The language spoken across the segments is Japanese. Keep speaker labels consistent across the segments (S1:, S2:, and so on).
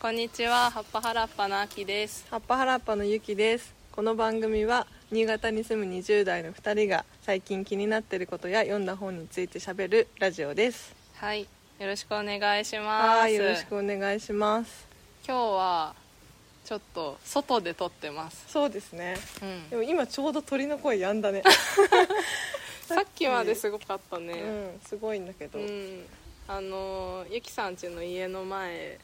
S1: こんにちは、葉っぱ原っぱのあきです。
S2: 葉っぱはらっぱのゆきですこの番組は新潟に住む20代の2人が最近気になっていることや読んだ本についてしゃべるラジオです
S1: はい、よろしくお願いします。
S2: はいよろしくお願いします
S1: 今日はちょっと外で撮ってます。
S2: そうですね
S1: うん
S2: でも今ちょうど鳥の声やんだね、
S1: さっきまですごかった
S2: う
S1: ね。
S2: ん、すごいんだけど、
S1: うん、あのーゆきさん家の家の前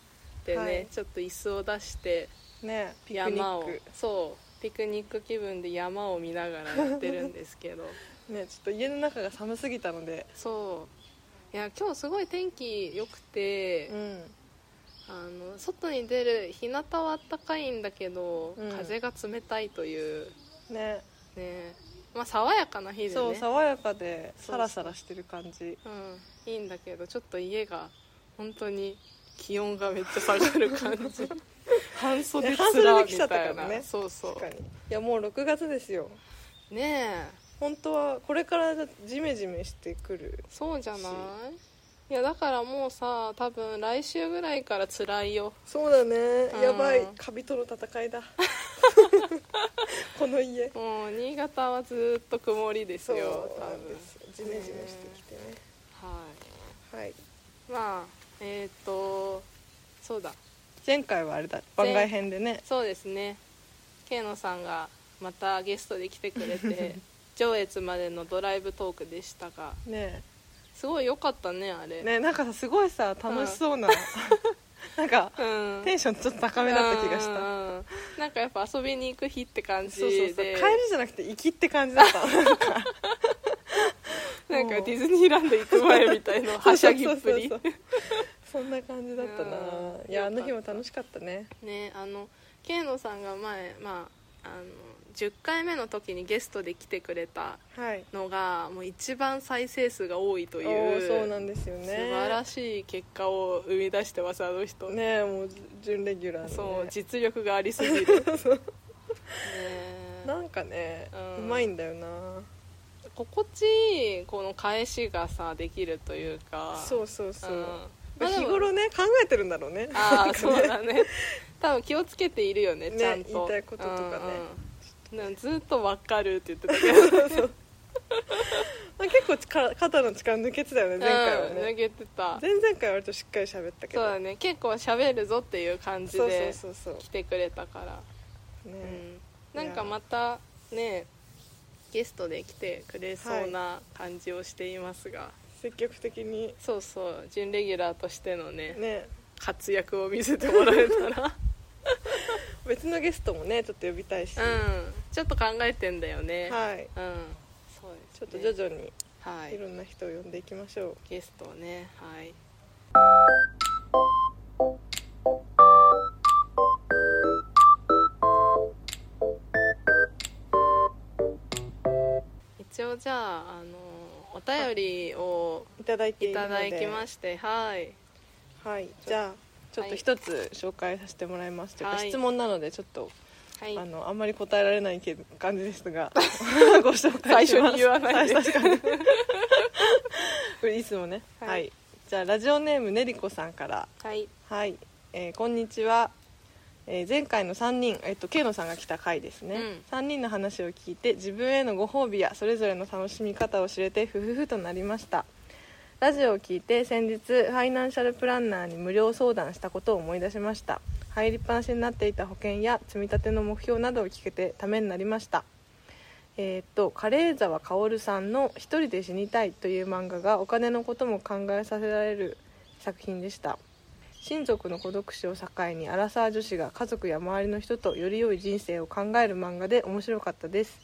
S1: でね、
S2: はい
S1: ちょっと椅子を出して
S2: ねピクニ
S1: 山
S2: ッ
S1: を
S2: ク
S1: そうピクニック気分で山を見ながらやってるんです けど
S2: ねちょっと家の中が寒すぎたので
S1: そういや今日すごい天気良くて、
S2: うん
S1: あの外に出る日向は暖かいんだけど、
S2: うん
S1: 風が冷たいという
S2: ね
S1: ねまあ爽やかな日でね
S2: そう爽やかで
S1: そうそう
S2: サラサラしてる感じ
S1: うん、いいんだけどちょっと家が本当に気温がめっちゃ下がる感じ半袖
S2: ね
S1: つら み
S2: 半袖で来ちゃったた
S1: い
S2: か
S1: な、
S2: らね
S1: そうそ
S2: 確かにいやもう6月ですよ
S1: うねえ
S2: 本当はこれからジメジメしてくる
S1: そうじゃないいやだからもうさ多分来週ぐらいから辛いよ
S2: そうだね、
S1: うん
S2: やばいカビとの戦 いだこの家
S1: もう新潟はずっと曇りです
S2: そう
S1: よ多
S2: なん
S1: 分
S2: ですジメジメしてきてね
S1: はい
S2: はい
S1: まあえっ、とそうだ
S2: 前回はあれだ番外編でね
S1: そうですね慶野さんがまたゲストで来てくれ て上越までのドライブトークでしたが
S2: ね
S1: すごい良かったねあれ
S2: ねなんかさすごいさ楽しそうな、 なんか
S1: うん
S2: テンションちょっと高めだった気がした、
S1: うんうんうんなんかやっぱ遊びに行く日って感じ
S2: そ
S1: で
S2: うそうそう帰りじゃなくて行きって感じだった
S1: なんかディズニーランド行く前みたいなはしゃぎっぷり
S2: そうそうそうそうそんな感じだったな
S1: うん
S2: いやあの日も楽しかったね
S1: ねあの慶野さんが前まああの10回目の時にゲストで来てくれた
S2: はい
S1: のがもう一番再生数が多いと
S2: お
S1: い
S2: ー
S1: う
S2: そうなんですよね
S1: 素晴らしい結果を生み出してますあの人、
S2: ねえもう準レギュラーの、ね、
S1: そう実力がありすぎ るね
S2: なんかね、
S1: う
S2: うんまいんだよな
S1: 心地いいこの返しがさできるというか
S2: そうそうそう、
S1: ん
S2: まあ
S1: でも
S2: 日頃ね考えてるんだろうね
S1: あ
S2: なん
S1: あ
S2: か
S1: そう
S2: ね
S1: だ ね多分気をつけているよね
S2: ね
S1: ちゃんと
S2: 言いたいこととかね
S1: うんうんでもずっと「わかる」って言ってたけど
S2: まあ結構力肩の力抜けてたよ ね前回は
S1: うん、
S2: ね
S1: 投、げてた
S2: 前々回は割としっかり喋ったけ
S1: そ
S2: ど
S1: うだね結構喋るぞっていう感じ
S2: そうそう
S1: で
S2: そうそう
S1: 来てくれたからう
S2: ね、
S1: んなんかまたねゲストで来てくれそうな感じをしていますが、
S2: 積極的に
S1: そうそう準レギュラーとしてのね
S2: ね
S1: 活躍を見せてもらえたら
S2: 別のゲストもねちょっと呼びたいし、
S1: うん ちょっと考えてんだよね、
S2: はい
S1: うんそう
S2: ちょっと
S1: ですね
S2: 徐々に
S1: はいい
S2: ろんな人を呼んでいきましょ
S1: ゲストをねはい一応じゃああのお便りを
S2: ういただいてい
S1: い
S2: るの
S1: ただ
S2: で
S1: きましてはい
S2: はいじゃあちょっと一つ紹介させてもらいますというか、
S1: はい
S2: 質問なのでちょっと
S1: はい
S2: あのあんまり答えられないけ感じで すがご紹
S1: 最
S2: 介し
S1: 初
S2: ます
S1: に言わないで
S2: 最初確かに これいつもね
S1: は
S2: はいい、じゃあラジオネームねりこさんから
S1: はい
S2: はい、えーこんにちは、えー前回の3人、えっと慶野さんが来た回ですね、
S1: うん
S2: 3人の話を聞いて自分へのご褒美やそれぞれの楽しみ方を知れてふふふとなりましたラジオを聞いて先日ファイナンシャルプランナーに無料相談したことを思い出しました入りっぱなしになっていた保険や積み立ての目標などを聞けてためになりましたえーっとカレー沢薫さんの「一人で死にたい」という漫画がお金のことも考えさせられる作品でした親族の孤独死を境にアラサー女子が家族や周りの人とより良い人生を考える漫画で面白かったです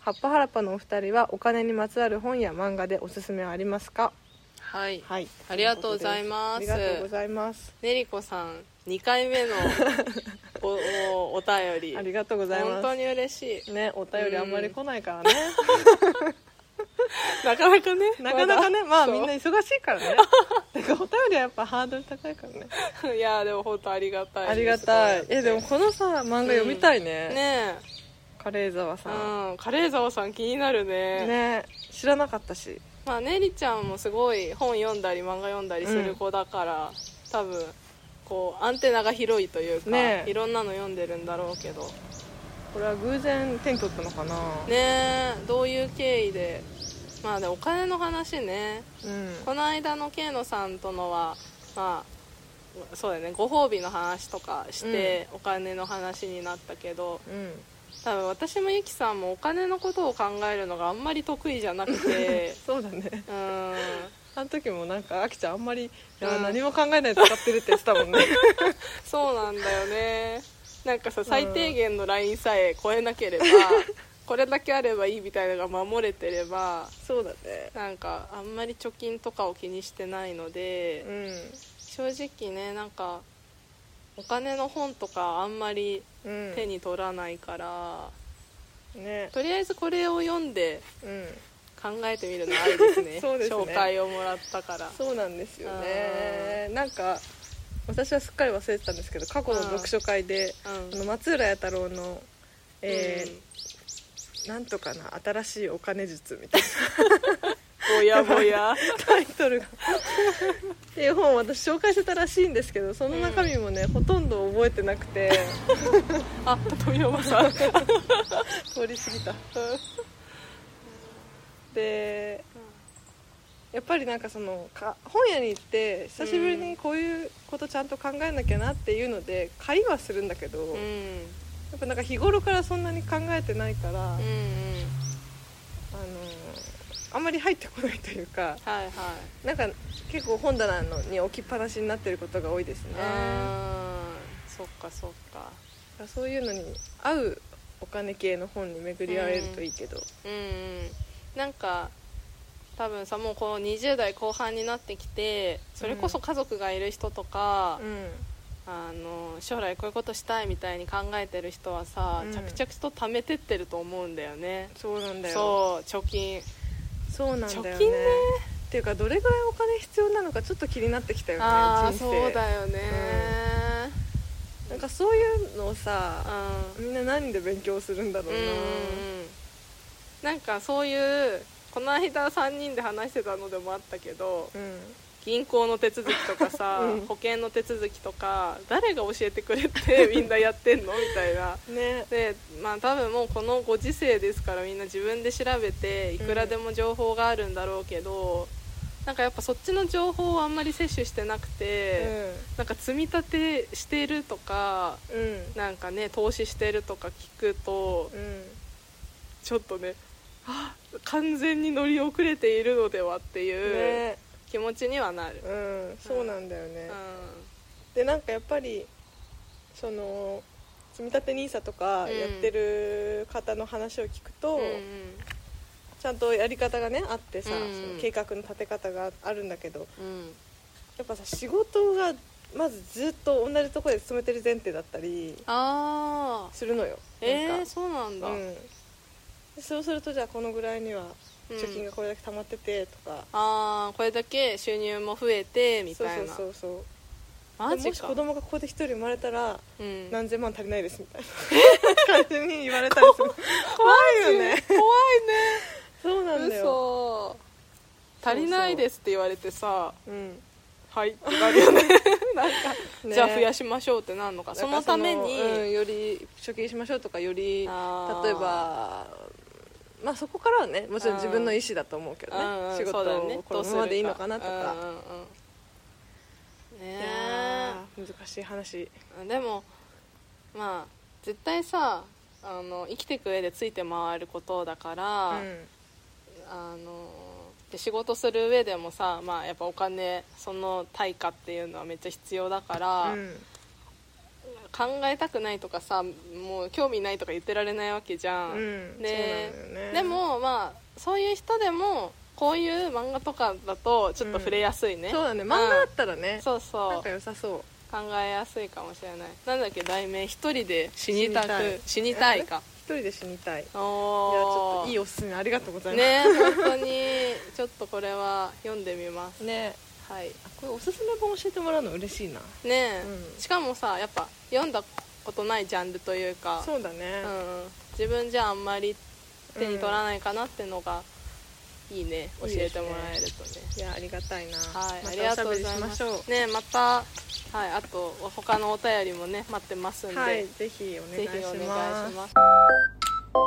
S2: ハッパハラパのお二人はお金にまつわる本や漫画でおすすめはありますか
S1: はい
S2: はい
S1: ありがとうございます
S2: ありがとうございます
S1: ねりこさん2回目 のおおお便り
S2: ありがとうございます
S1: 本当に嬉しい
S2: ねお便りあんまり来ないからね
S1: なかなかね
S2: なかなかねまあ
S1: そう
S2: みんな忙しいから ねてかお便りはやっぱハードル高いからね
S1: いやでも本当ありがたい
S2: ありがたい
S1: す
S2: えでもこのさ漫画読みたいね,、
S1: ごいね
S2: カレー沢さん、
S1: えうんカレー沢さん気になるね
S2: ね知らなかったし
S1: まあねりちゃんもすごい本読んだり漫画読んだりする子だから、多分こうアンテナが広いというか、
S2: ねえ
S1: いろんなの読んでるんだろうけど
S2: これは偶然手に取ったのかな、
S1: ねえどういう経緯でまあでお金の話ね
S2: うん
S1: この間の慶野さんとのはまあそうだよねご褒美の話とかして、お金の話になったけど
S2: うん
S1: 多分私もゆきさんもお金のことを考えるのがあんまり得意じゃなく て
S2: そう だね
S1: うーん
S2: あの時もなんかあきちゃんあんまりいや
S1: うん
S2: 何も考えないで使ってるって言って たもんね
S1: そうなんだよねなんかさ最低限のラインさえ超えなけれ ばこれだけあればいいみたいなのが守れてれば
S2: そうだね
S1: なんかあんまり貯金とかを気にしてないので、
S2: う
S1: 正直ねなんかお金の本とかあんまり
S2: んうん
S1: 手に取らないから、
S2: ね
S1: とりあえずこれを読んで
S2: うん
S1: 考えてみるのありですね
S2: そうですね
S1: 紹介をもらったから
S2: そうなんですよねなんか私はすっかり忘れてたんですけど過去の読書会であ
S1: うん
S2: の松浦弥太郎の、え
S1: うん
S2: ーなんとかな新しいお金術」みたいな
S1: ぼやぼや
S2: タイトルがっていう本を私紹介してたらしいんですけどその中身もね、ほとんど覚えてなくて
S1: あ富山さん、うん
S2: 通り過ぎた でやっぱりなんかそのか本屋に行って久しぶりにこういうことちゃんと考えなきゃなっていうので買いはするんだけど、
S1: うん、う
S2: や
S1: ん
S2: っぱなんか日頃からそんなに考えてないから、あ
S1: うん
S2: のあんまり入ってこないというか
S1: はいはい
S2: なんか結構本棚のに置きっぱなしになってることが多いですね
S1: うーんそっかそっか
S2: そういうのに合うお金系の本に巡り合えるといいけど、
S1: うんうんなんか多分さもうこう20代後半になってきてそれこそ家族がいる人とか、あの将来こういうことしたいみたいに考えてる人はさ、
S2: うん
S1: 着々と貯めてってると思うんだよね
S2: そうなんだよ
S1: そう貯金
S2: そうなんだよね
S1: 貯金ね
S2: っていうかどれぐらいお金必要なのかちょっと気になってきたよね
S1: ああ
S2: 人生
S1: そうだよね
S2: なんかそういうのをさ
S1: うん、
S2: みんな何で勉強するんだろう
S1: うん
S2: な、
S1: うんうんなんかそういうこの間3人で話してたのでもあったけど
S2: うん
S1: 銀行の手続きとかさ、
S2: うん
S1: 保険の手続きとか誰が教えてくれ てみんなやってんのみたいな
S2: ね
S1: でまあ多分もうこのご時世ですからみんな自分で調べていくらでも情報があるんだろうけど、なんかやっぱそっちの情報をあんまり摂取してなくて、なんか積み立てしてるとか
S2: うんうん
S1: なんかね投資してるとか聞くと
S2: うん
S1: ちょっとねあ完全に乗り遅れているのではっていう
S2: ね
S1: 気持ちにはなる。
S2: うんそうなんだよね、
S1: うん
S2: でなんかやっぱりその積み立て NISA とかやってる方の話を聞くと、
S1: うん
S2: ちゃんとやり方がねあってさ、
S1: うん
S2: その計画の立て方があるんだけど
S1: うんうん
S2: やっぱさ仕事がまずずっと同じところで勤めてる前提だったり
S1: ああ
S2: するのよ
S1: え
S2: なん
S1: ー、
S2: か
S1: そうなんだ、
S2: うんでそうするとじゃあこのぐらいには
S1: うん
S2: 貯金がこれだけ溜まっててとか、
S1: ああこれだけ収入も増えてみ
S2: そう
S1: たい
S2: そう
S1: な
S2: そうそう
S1: マ
S2: で
S1: ジ
S2: もし
S1: か
S2: 子供がここで一人生まれたら
S1: うん、
S2: 何千万足りないですみたい な感じに言われたりする怖いよね
S1: 怖
S2: そうないんだ
S1: ね嘘
S2: よ、
S1: 足りないですって言われてさ
S2: うん
S1: はいってなるよ ねなんか、
S2: ね
S1: じゃあ増やしましょうってなるのかそのため
S2: なんか
S1: に、
S2: そのうんより貯金しましょうとかより例え
S1: あー
S2: ばまあそこからはねもちろん自分の意思だと思うけどね、
S1: うんうん
S2: 仕
S1: そうだよ
S2: 事を
S1: ね
S2: このままでいいのかなとか
S1: どうするうんうんうんね
S2: い
S1: え
S2: やー難しい話
S1: でもまあ絶対さあの生きていく上でついて回ることだから、
S2: うん
S1: あので仕事する上でもさ、まあ、やっぱお金その対価っていうのはめっちゃ必要だから、
S2: うん
S1: 考えたくないとかさもう興味ないとか言ってられないわけじゃん、
S2: うん
S1: で
S2: そうなんだよね
S1: でもまあそういう人でもこういう漫画とかだとちょっと触れやすいね、
S2: そうだね漫画だったらね、
S1: そうそう
S2: なんか良さそう
S1: 考えやすいかもしれないなんだっけ題名一人で死にたく死にたいか
S2: 一人で死にたいいやち
S1: お
S2: ょ
S1: お
S2: っといいおすすめありがとうございま
S1: ね本当にちょっとこれは読んでみます
S2: すね
S1: はい
S2: あこれおすすめ本教えてもらうの嬉しいな
S1: ね、
S2: うん
S1: しかもさやっぱ読んだことないジャンルというか
S2: そうだね
S1: うん、自分じゃあんまり手に取らないかなってのがいいね教
S2: いいで
S1: え
S2: す
S1: て
S2: ね
S1: もらえるとね
S2: いやありがたいな、
S1: はい、
S2: ま
S1: ありが
S2: た
S1: とう
S2: お
S1: ご
S2: し
S1: ざ
S2: ゃ
S1: い
S2: べりし
S1: ま
S2: ますしょう
S1: ねまた、はい、あと他のお便りもね待ってますんで、
S2: はいぜひお願
S1: ぜ
S2: い
S1: ひお願い
S2: し
S1: し
S2: ます
S1: ます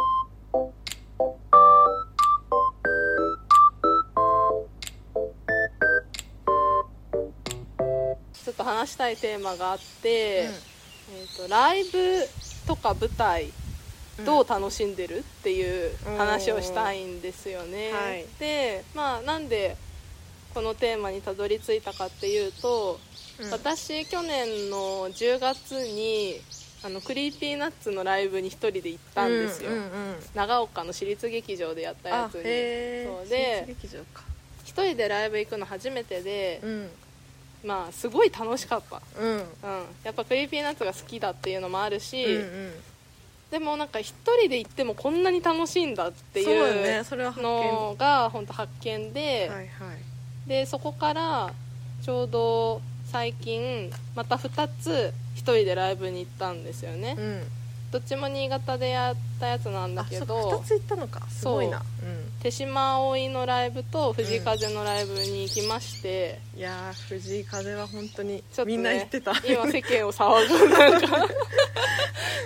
S1: ちょっと話したいテーマがあって、えー、とライブとか舞台
S2: うん
S1: どう楽しんでるっていう話をしたいんですよね。
S2: うんはい
S1: で、まあ、なんでこのテーマにたどり着いたかっていうと、
S2: うん
S1: 私去年の10月にあのクリーピーナッツのライブに一人で行ったんですよ、
S2: うんうんうん
S1: 長岡の私立劇場でやったや
S2: あ
S1: つに
S2: へ
S1: そう
S2: え
S1: で
S2: 劇場か
S1: 一人でライブ行くの初めてで、
S2: うん
S1: まあすごい楽しかった、
S2: うん
S1: うん、やっぱクリーピーナッツが好きだっていうのもあるし、
S2: うんうん
S1: でもなんか一人で行ってもこんなに楽しいんだってい
S2: そうよね
S1: う
S2: それは発見
S1: のが本当発見で、
S2: はいはい
S1: でそこからちょうど最近また2つ一人でライブに行ったんですよね、
S2: うん
S1: どっちも新潟でやったやつなんだ
S2: あ
S1: け
S2: そっか
S1: ど
S2: 二つ行ったのかすごいなう
S1: 手島葵のライブと藤井風のライブに行きまして、
S2: んいやー藤井風は本当に
S1: ちょっとね
S2: みんな言ってた
S1: 今世間を騒ぐなん か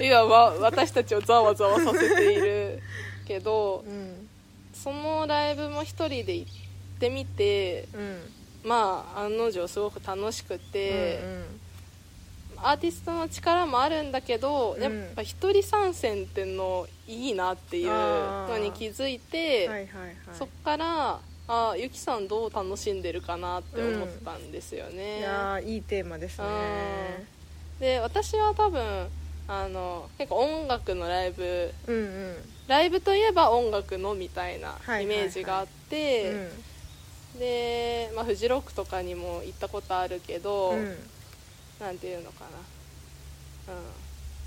S1: 今わ私たちをざわざわさせているけど
S2: うん
S1: そのライブも一人で行ってみて
S2: うん
S1: まあ案の定すごく楽しくて、
S2: うんうん
S1: アーティストの力もあるんだけど、
S2: うん
S1: やっぱ一人参戦ってのいいなっていうのに気づいて、
S2: はいはいはい
S1: そっからあゆきさんどう楽しんでるかなって思ったんですよ
S2: い
S1: ね、
S2: やーいいテーマですね
S1: で私は多分あの結構音楽のライブ
S2: うんうん
S1: ライブといえば音楽のみたいない
S2: はいはい
S1: イメージがあって、で、まあ、フジロックとかにも行ったことあるけど、
S2: うんうん
S1: なんていうのかな、うん、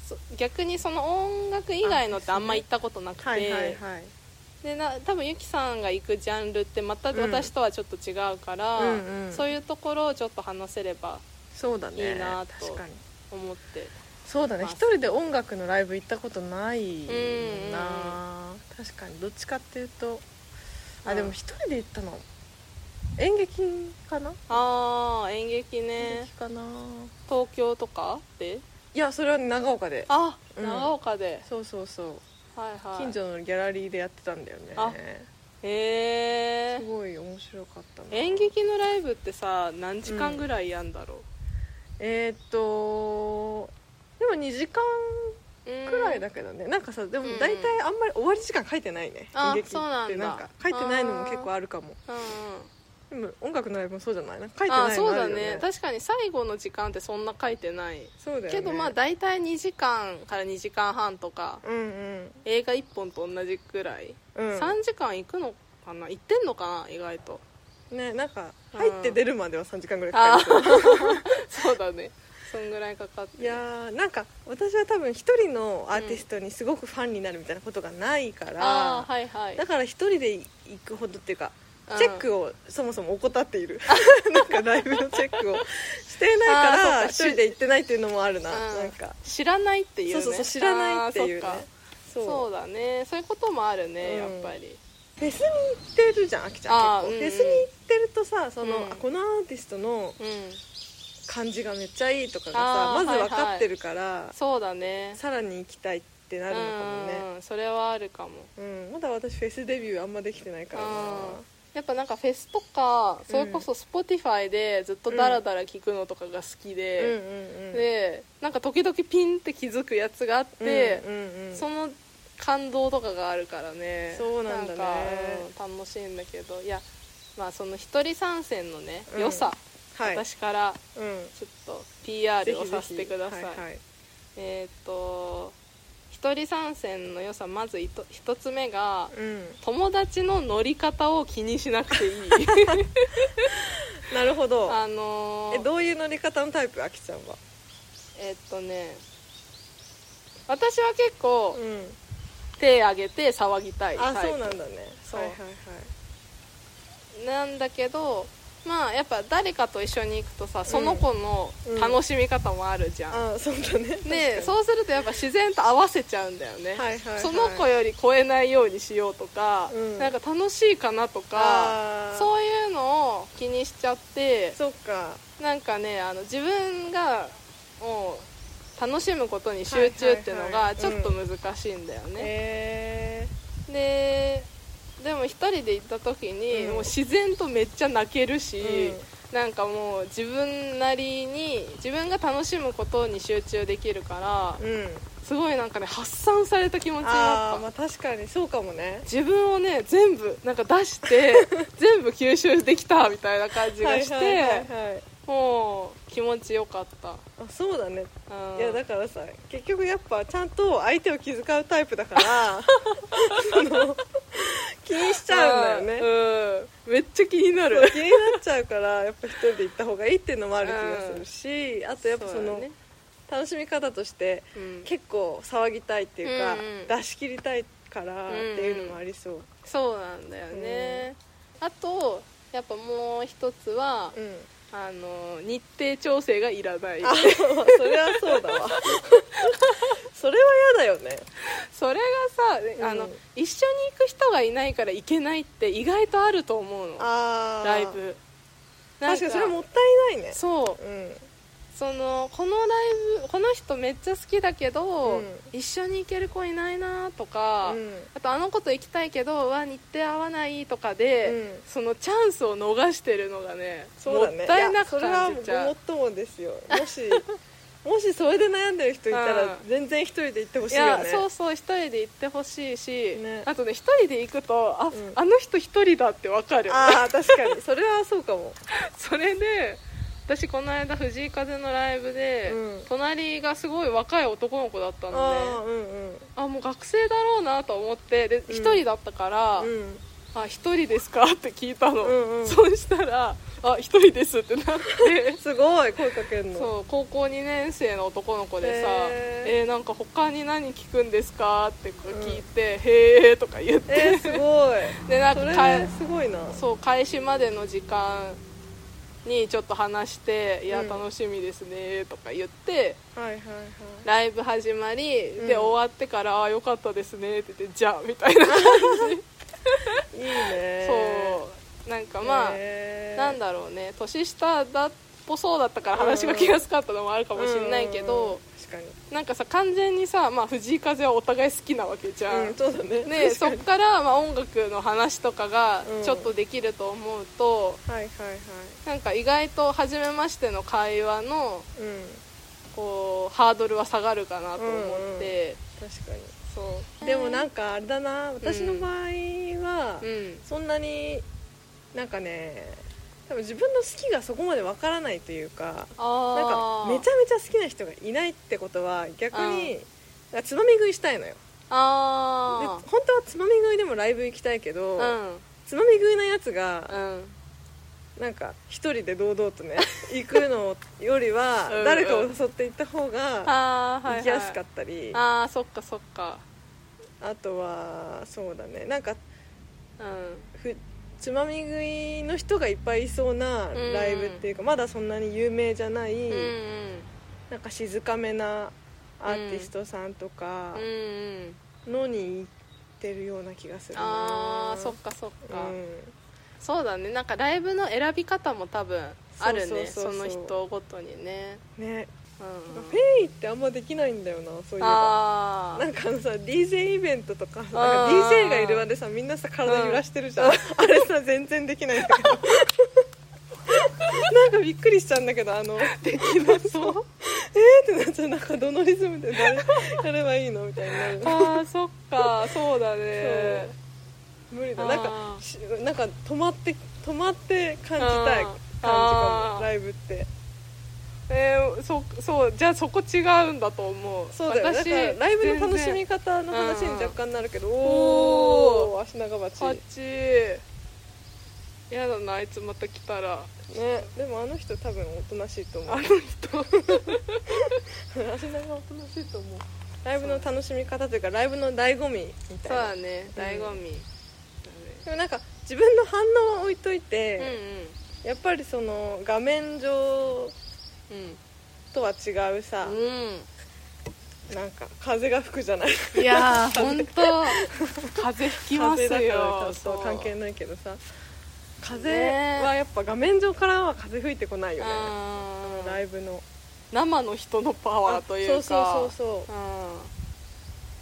S1: そ逆にその音楽以外のってあんま行ったことなくて、
S2: はいはいはい
S1: でな多分ゆきさんが行くジャンルってまた
S2: うん
S1: 私とはちょっと違うから、
S2: うんうん
S1: そういうところをちょっと話せれば
S2: そうだね
S1: いいなと
S2: 確かに
S1: 思って
S2: そうだね
S1: ま
S2: 一
S1: す
S2: 人で音楽のライブ行ったことない
S1: うんうん
S2: な確かにどっちかっていうと
S1: う
S2: あ
S1: ん
S2: でも一人で行ったの演劇かな
S1: ああ演劇
S2: 演
S1: ね
S2: 劇かな
S1: 東京とかで
S2: いやそれは長岡で
S1: あ、
S2: うん
S1: 長岡で
S2: そうそうそう
S1: はいはい
S2: 近所のギャラリーでやってたんだよね
S1: あへ
S2: す
S1: え
S2: ごい面白かったな
S1: 演劇のライブってさ何時間ぐらいやんだろ
S2: えーっとでも2時間
S1: う、うん
S2: くらいだけどね、なんかさでも大体あんまり終わり時間書いてないね、
S1: あ
S2: 演劇って
S1: そうなんだ
S2: か書いてないのも結構あるかも
S1: うんうん
S2: でも音楽のライブもそうじゃないなんか書いて
S1: あ
S2: ないの
S1: そう
S2: ある
S1: だ
S2: よ
S1: ね
S2: ね
S1: 確かに最後の時間ってそんな書いてない、
S2: そうだよね
S1: けどまあ大体2時間から2時間半とか
S2: うんうん
S1: 映画1本と同じくらい、
S2: うん
S1: 3時間行くのかな行ってんのかな意外と
S2: ねなんか
S1: うん
S2: 入って出るまでは3時間ぐらいかかるけど
S1: そうだねそんぐらいかかって
S2: いやーなんか私は多分一人のアーティストにすごくファンになるみたいなことがないから、
S1: ああはいはい
S2: だから一人で行くほどっていうか
S1: うん
S2: チェックをそもそも怠ってい るなんかライブのチェックをしていないか
S1: あ
S2: ら
S1: ー
S2: 一
S1: そうか
S2: 人で行ってないっていうのもあるな、
S1: うん
S2: なんか
S1: 知らないっていう
S2: そう
S1: ね
S2: そうそう知らないっていうね
S1: あーそっか
S2: そう
S1: そうだねそういうこともあるね、
S2: うん
S1: やっぱり
S2: フェスに行ってるじゃんあきちゃ
S1: あ
S2: ん
S1: ー
S2: 結構、
S1: うんうん
S2: フェスに行ってるとさその、
S1: うん
S2: あこのアーティストの
S1: うん
S2: 感じがめっちゃいいとかが
S1: あ
S2: さ
S1: ー
S2: まず分かってるから、
S1: そうだね
S2: さらに行きたいってなるのかもね、
S1: うんそれはあるかも
S2: うん、まだ私フェスデビューあんまできてないからな
S1: うんやっぱなんかフェスとかそれこそ Spotify でずっとダラダラ聞くのとかが好き
S2: うんうん
S1: で、
S2: うん
S1: でなんか時々ピンって気づくやつがあって、
S2: うんうんうん
S1: その感動とかがあるからね
S2: そうなんだね
S1: かうん楽しいんだけどいやまあその一人参戦のね、
S2: うん
S1: 良さ、
S2: はい、
S1: 私から
S2: うん
S1: ちょっと
S2: ぜ
S1: PR を
S2: ひぜ
S1: さ
S2: ひ
S1: せてください
S2: はいはい
S1: えーっと一人参戦の良さまずいと一つ目が、
S2: うん、
S1: 友達の乗り方を気にしなく ていい
S2: なるほど
S1: あのー
S2: えどういう乗り方のタイプあきちゃんは
S1: えっとね私は結構
S2: ん
S1: 手挙げて騒ぎたい
S2: あ
S1: タイプ
S2: そうなんだね
S1: そう
S2: はいはいはい
S1: なんだけどまあやっぱ誰かと一緒に行くとさその子の
S2: うん
S1: 楽しみ方もあるじゃん、
S2: あそうだね
S1: ね、
S2: 確か
S1: そうするとやっぱ自然と合わせちゃうんだよね、
S2: はいはいはい
S1: その子より超えないようにしようとか、
S2: うん
S1: なんか楽しいかなと
S2: あ
S1: か
S2: ー
S1: そういうのを気にしちゃって
S2: にそうか
S1: なんかねあの自分がもう楽しむことに集中っていうの
S2: はいはいは
S1: が
S2: い
S1: ちょっと難しいんだよね、
S2: へえ
S1: ででも一人で行った時に、
S2: うん
S1: もう自然とめっちゃ泣けるし、
S2: う
S1: なんかもう自分なりに自分が楽しむことに集中できるから、
S2: うん
S1: すごいなんかね発散された気持ちになっ
S2: あー
S1: た、
S2: まあ確かにそうかもね
S1: 自分をね全部なんか出して 全部吸収できたみたいな感じがして、
S2: はいはいはいはい
S1: もう気持ちよかった、
S2: あそうだね
S1: うん
S2: いやだからさ結局やっぱちゃんと相手を気遣うタイプ だからその気にしちゃうんだよね、
S1: ねうんめっちゃ気になる
S2: そう気になっちゃうからやっぱ一人で行った方がいいっていうのもある気がするし、あとやっぱその
S1: うだね
S2: 楽しみ方として
S1: うん
S2: 結構騒ぎたいっていうか、
S1: うんうん
S2: 出し切りたいからっていうのもありそう、
S1: そうなんだよね、あとやっぱもう一つは、
S2: うん
S1: あの日程調整がいらない
S2: あそれはそうだわ それは嫌だよね
S1: それがさあの、
S2: うん
S1: 一緒に行く人がいないから行けないって意外とあると思うの
S2: あー
S1: ライブなん
S2: 確かにそれはもったいないね
S1: そう
S2: うん
S1: そのこのライブこの人めっちゃ好きだけど、
S2: うん
S1: 一緒に行ける子いないなとか、
S2: うん
S1: あとあの子と行きたいけどうわ日程合わないとかで、
S2: うん
S1: そのチャンスを逃してるのがね
S2: そうだね
S1: もったいなく感じ
S2: いやそ
S1: ち
S2: れは
S1: ゃ
S2: も
S1: う
S2: っともですよ もしもしそれで悩んでる人いた
S1: うん
S2: ら全然一人で行ってほし
S1: い
S2: いよ
S1: や
S2: ね
S1: そうそう一人で行ってほしいし、
S2: ね
S1: あとね一人で行くとあ、
S2: ん
S1: あの人一人だってわかる
S2: ああ確か にそれはそうかも
S1: それで私この間藤井風のライブで、
S2: うん
S1: 隣がすごい若い男の子だった
S2: あ
S1: のね
S2: ーうん
S1: あもう学生だろうなと思ってで
S2: ん
S1: 一、人だったから「
S2: うん
S1: あ一人ですか?」って聞いたの、
S2: うんうん
S1: そうしたら「あ一人です」ってなって
S2: すごい声かけるの
S1: そう高校2年生の男の子でさ「
S2: へー
S1: えーなんか他に何聞くんですか?」って聞いて「へえ」とか言って、
S2: えー、すご い
S1: でなん
S2: そ
S1: か
S2: れ
S1: かえ
S2: すごいな
S1: そう開始までの時間にちょっと話して「いや
S2: うん
S1: 楽しみですね」とか言って
S2: はいはいはい
S1: ライブ始まりで
S2: うん
S1: 終わってから「ああよかったですね」って言って「じゃあ」みたいな
S2: いいね
S1: そうなんかまあ
S2: へー
S1: なんだろうね年下だっぽそうだったから話が気が付かったのもあるかもしれないけ
S2: うんうんう
S1: ど
S2: ん確かに
S1: なんかさ完全にさまあ藤井風はお互い好きなわけじゃ
S2: うんん、そうだね
S1: ね、
S2: 確
S1: そ
S2: か
S1: っ
S2: に
S1: からまあ音楽の話とかが
S2: うん
S1: ちょっとできると思うと、
S2: はいはいはい
S1: なんか意外と初めましての会話の
S2: うん
S1: こうハードルは下がるかなと思って、
S2: 確かに
S1: そ
S2: でもなんかあれだな私の場合は、
S1: ううん
S2: そんなになんかね多分自分の好きがそこまでわからないというか
S1: あ
S2: なんかめちゃめちゃ好きな人がいないってことは逆になんかつまみ食いしたいのよで
S1: あ
S2: 本当はつまみ食いでもライブ行きたいけど、
S1: ー
S2: つまみ食いなやつが
S1: うんうん
S2: なんか一人で堂々とね行くのよりは
S1: うんうん
S2: 誰かを誘って行った方が
S1: あーはい、はい、
S2: 行きやすかったり
S1: ああそっかそっか
S2: あとはそうだねなんか
S1: うん
S2: ふつまみ食いの人がいっぱいいそうなライブっていうか、まだそんなに有名じゃない、
S1: うん
S2: なんか静かめなアーティストさんとか
S1: うんうんうん
S2: のに行ってるような気がするな
S1: ああそっかそっか、
S2: うん
S1: そうだねなんかライブの選び方も多分あるね
S2: そうそうそうそう
S1: の人ごとにね、
S2: ね、
S1: うんうん
S2: フェイってあんまできないんだよなそういえ
S1: あ
S2: ばなんかあのさ DJ イベントとかなんか
S1: あー
S2: DJ がいる場でさみんなさ体揺らしてるじゃん、あれさ全然できないんだけ どなんかびっくりしちゃうんだけどあのできなそうえーってなっちゃうなんかどのリズムで誰やればいいのみたいになる
S1: ああーそっかそうだね
S2: 無理だ
S1: あー
S2: なんかしなんか止まって止まって感じたい感じか
S1: あ
S2: も
S1: ー
S2: ライブって
S1: えー、そそうじゃあそこ違うんだと思う
S2: そうだよだ
S1: 私
S2: からライブの楽し
S1: 全然
S2: み方の話に若干なるけど
S1: おー
S2: おお足長
S1: こっ
S2: 鉢
S1: ちやだなあいつまた来たら
S2: ねでもあの人多分おとなしいと思う
S1: あの
S2: 足長おとなしいと思うライブの楽しみ方というかライブの醍醐味み
S1: そう
S2: た
S1: だ
S2: いな
S1: ね
S2: うん
S1: 醍醐味、
S2: でもなんか自分の反応は置いとい
S1: だね
S2: て、やっぱりその画面上
S1: うん
S2: とは違うさ、なんか風が吹くじゃない
S1: いやー本当風吹きます
S2: 風だから
S1: よ
S2: ちょっと関係
S1: ない
S2: ないけどさ風
S1: ね
S2: はやっぱ画面上からは風吹いてこないよねラ
S1: う
S2: イ
S1: ん
S2: ブの
S1: 生の人のパワーというか
S2: そうそうそうそうだか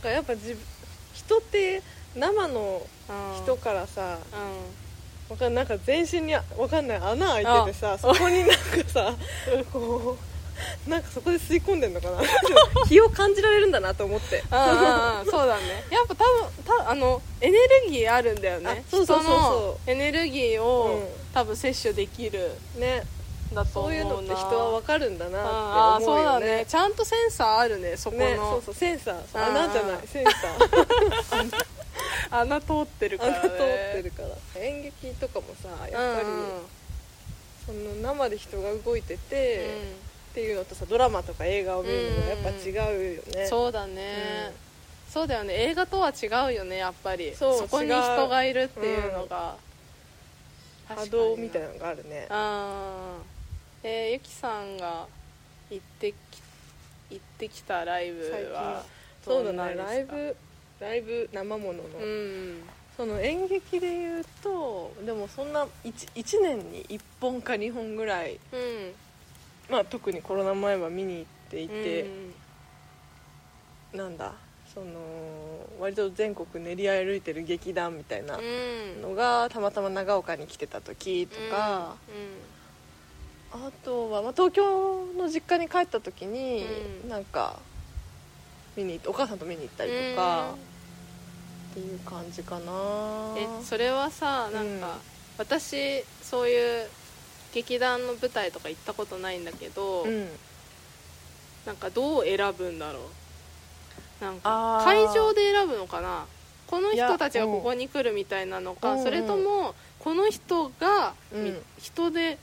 S2: らやっぱ自分人って生の
S1: うんうん
S2: 人からさ、
S1: うん
S2: わかんなんか全身にわかんない穴開いててさそこになんかさこうなんかそこで吸い込んでんのかな 気を感じられるんだなと思って
S1: ああそうだねやっぱ多分たあのエネルギーあるんだよね
S2: あそうそうそうそう
S1: 人のエネルギー
S2: う
S1: を
S2: ん
S1: 多分摂取できる
S2: ね
S1: んだと思
S2: そうう
S1: な
S2: いうのって人はわかるんだな
S1: あ
S2: っ
S1: あ
S2: て
S1: そ
S2: 思う
S1: う
S2: よ
S1: だ
S2: ね
S1: ねちゃんとセンサーあるねそこの、
S2: ねそうそうセンサーそう
S1: うんうん
S2: 穴じゃないセンサ ー
S1: 穴通ってるから、ね、
S2: 穴通ってるから演劇とかもさやっぱり、その生で人が動いて
S1: うんう
S2: て、
S1: ん
S2: っていうのとさドラマとか映画を見るのがやっぱ違うよね、
S1: そうだね、そうだよね映画とは違うよねやっぱり
S2: そう
S1: こに
S2: 違う
S1: 人がいるっていうのが、
S2: 波動みたいなのがあるね
S1: あーえーゆきさんが行ってき行ってきたライブは
S2: そうだ
S1: どんな
S2: ね
S1: ですか
S2: ライブライブ生ものの、
S1: うん
S2: その演劇でいうとでもそんな 1, 一年に1本か2本ぐらい、
S1: うん
S2: まあ、特にコロナ前は見に行っていて
S1: う、ん
S2: なんだその割と全国練り歩いてる劇団みたいな
S1: うん
S2: のがたまたま長岡に来てた時とか、
S1: う
S2: あとは、まあ、東京の実家に帰った時に、
S1: うん
S2: なんか見に行ってお母さんと見に行ったり
S1: ん
S2: とか、っていう感じかな
S1: うんえそれはさなんか、私そういう劇団の舞台とか行ったことないんだけど、
S2: うん
S1: なんかどう選ぶんだろうなんか
S2: あー
S1: 会場で選ぶのかなこの
S2: いや
S1: 人たちがここに来るみたいなの
S2: うん
S1: か
S2: うん
S1: それともこの人が、み
S2: うん
S1: 人で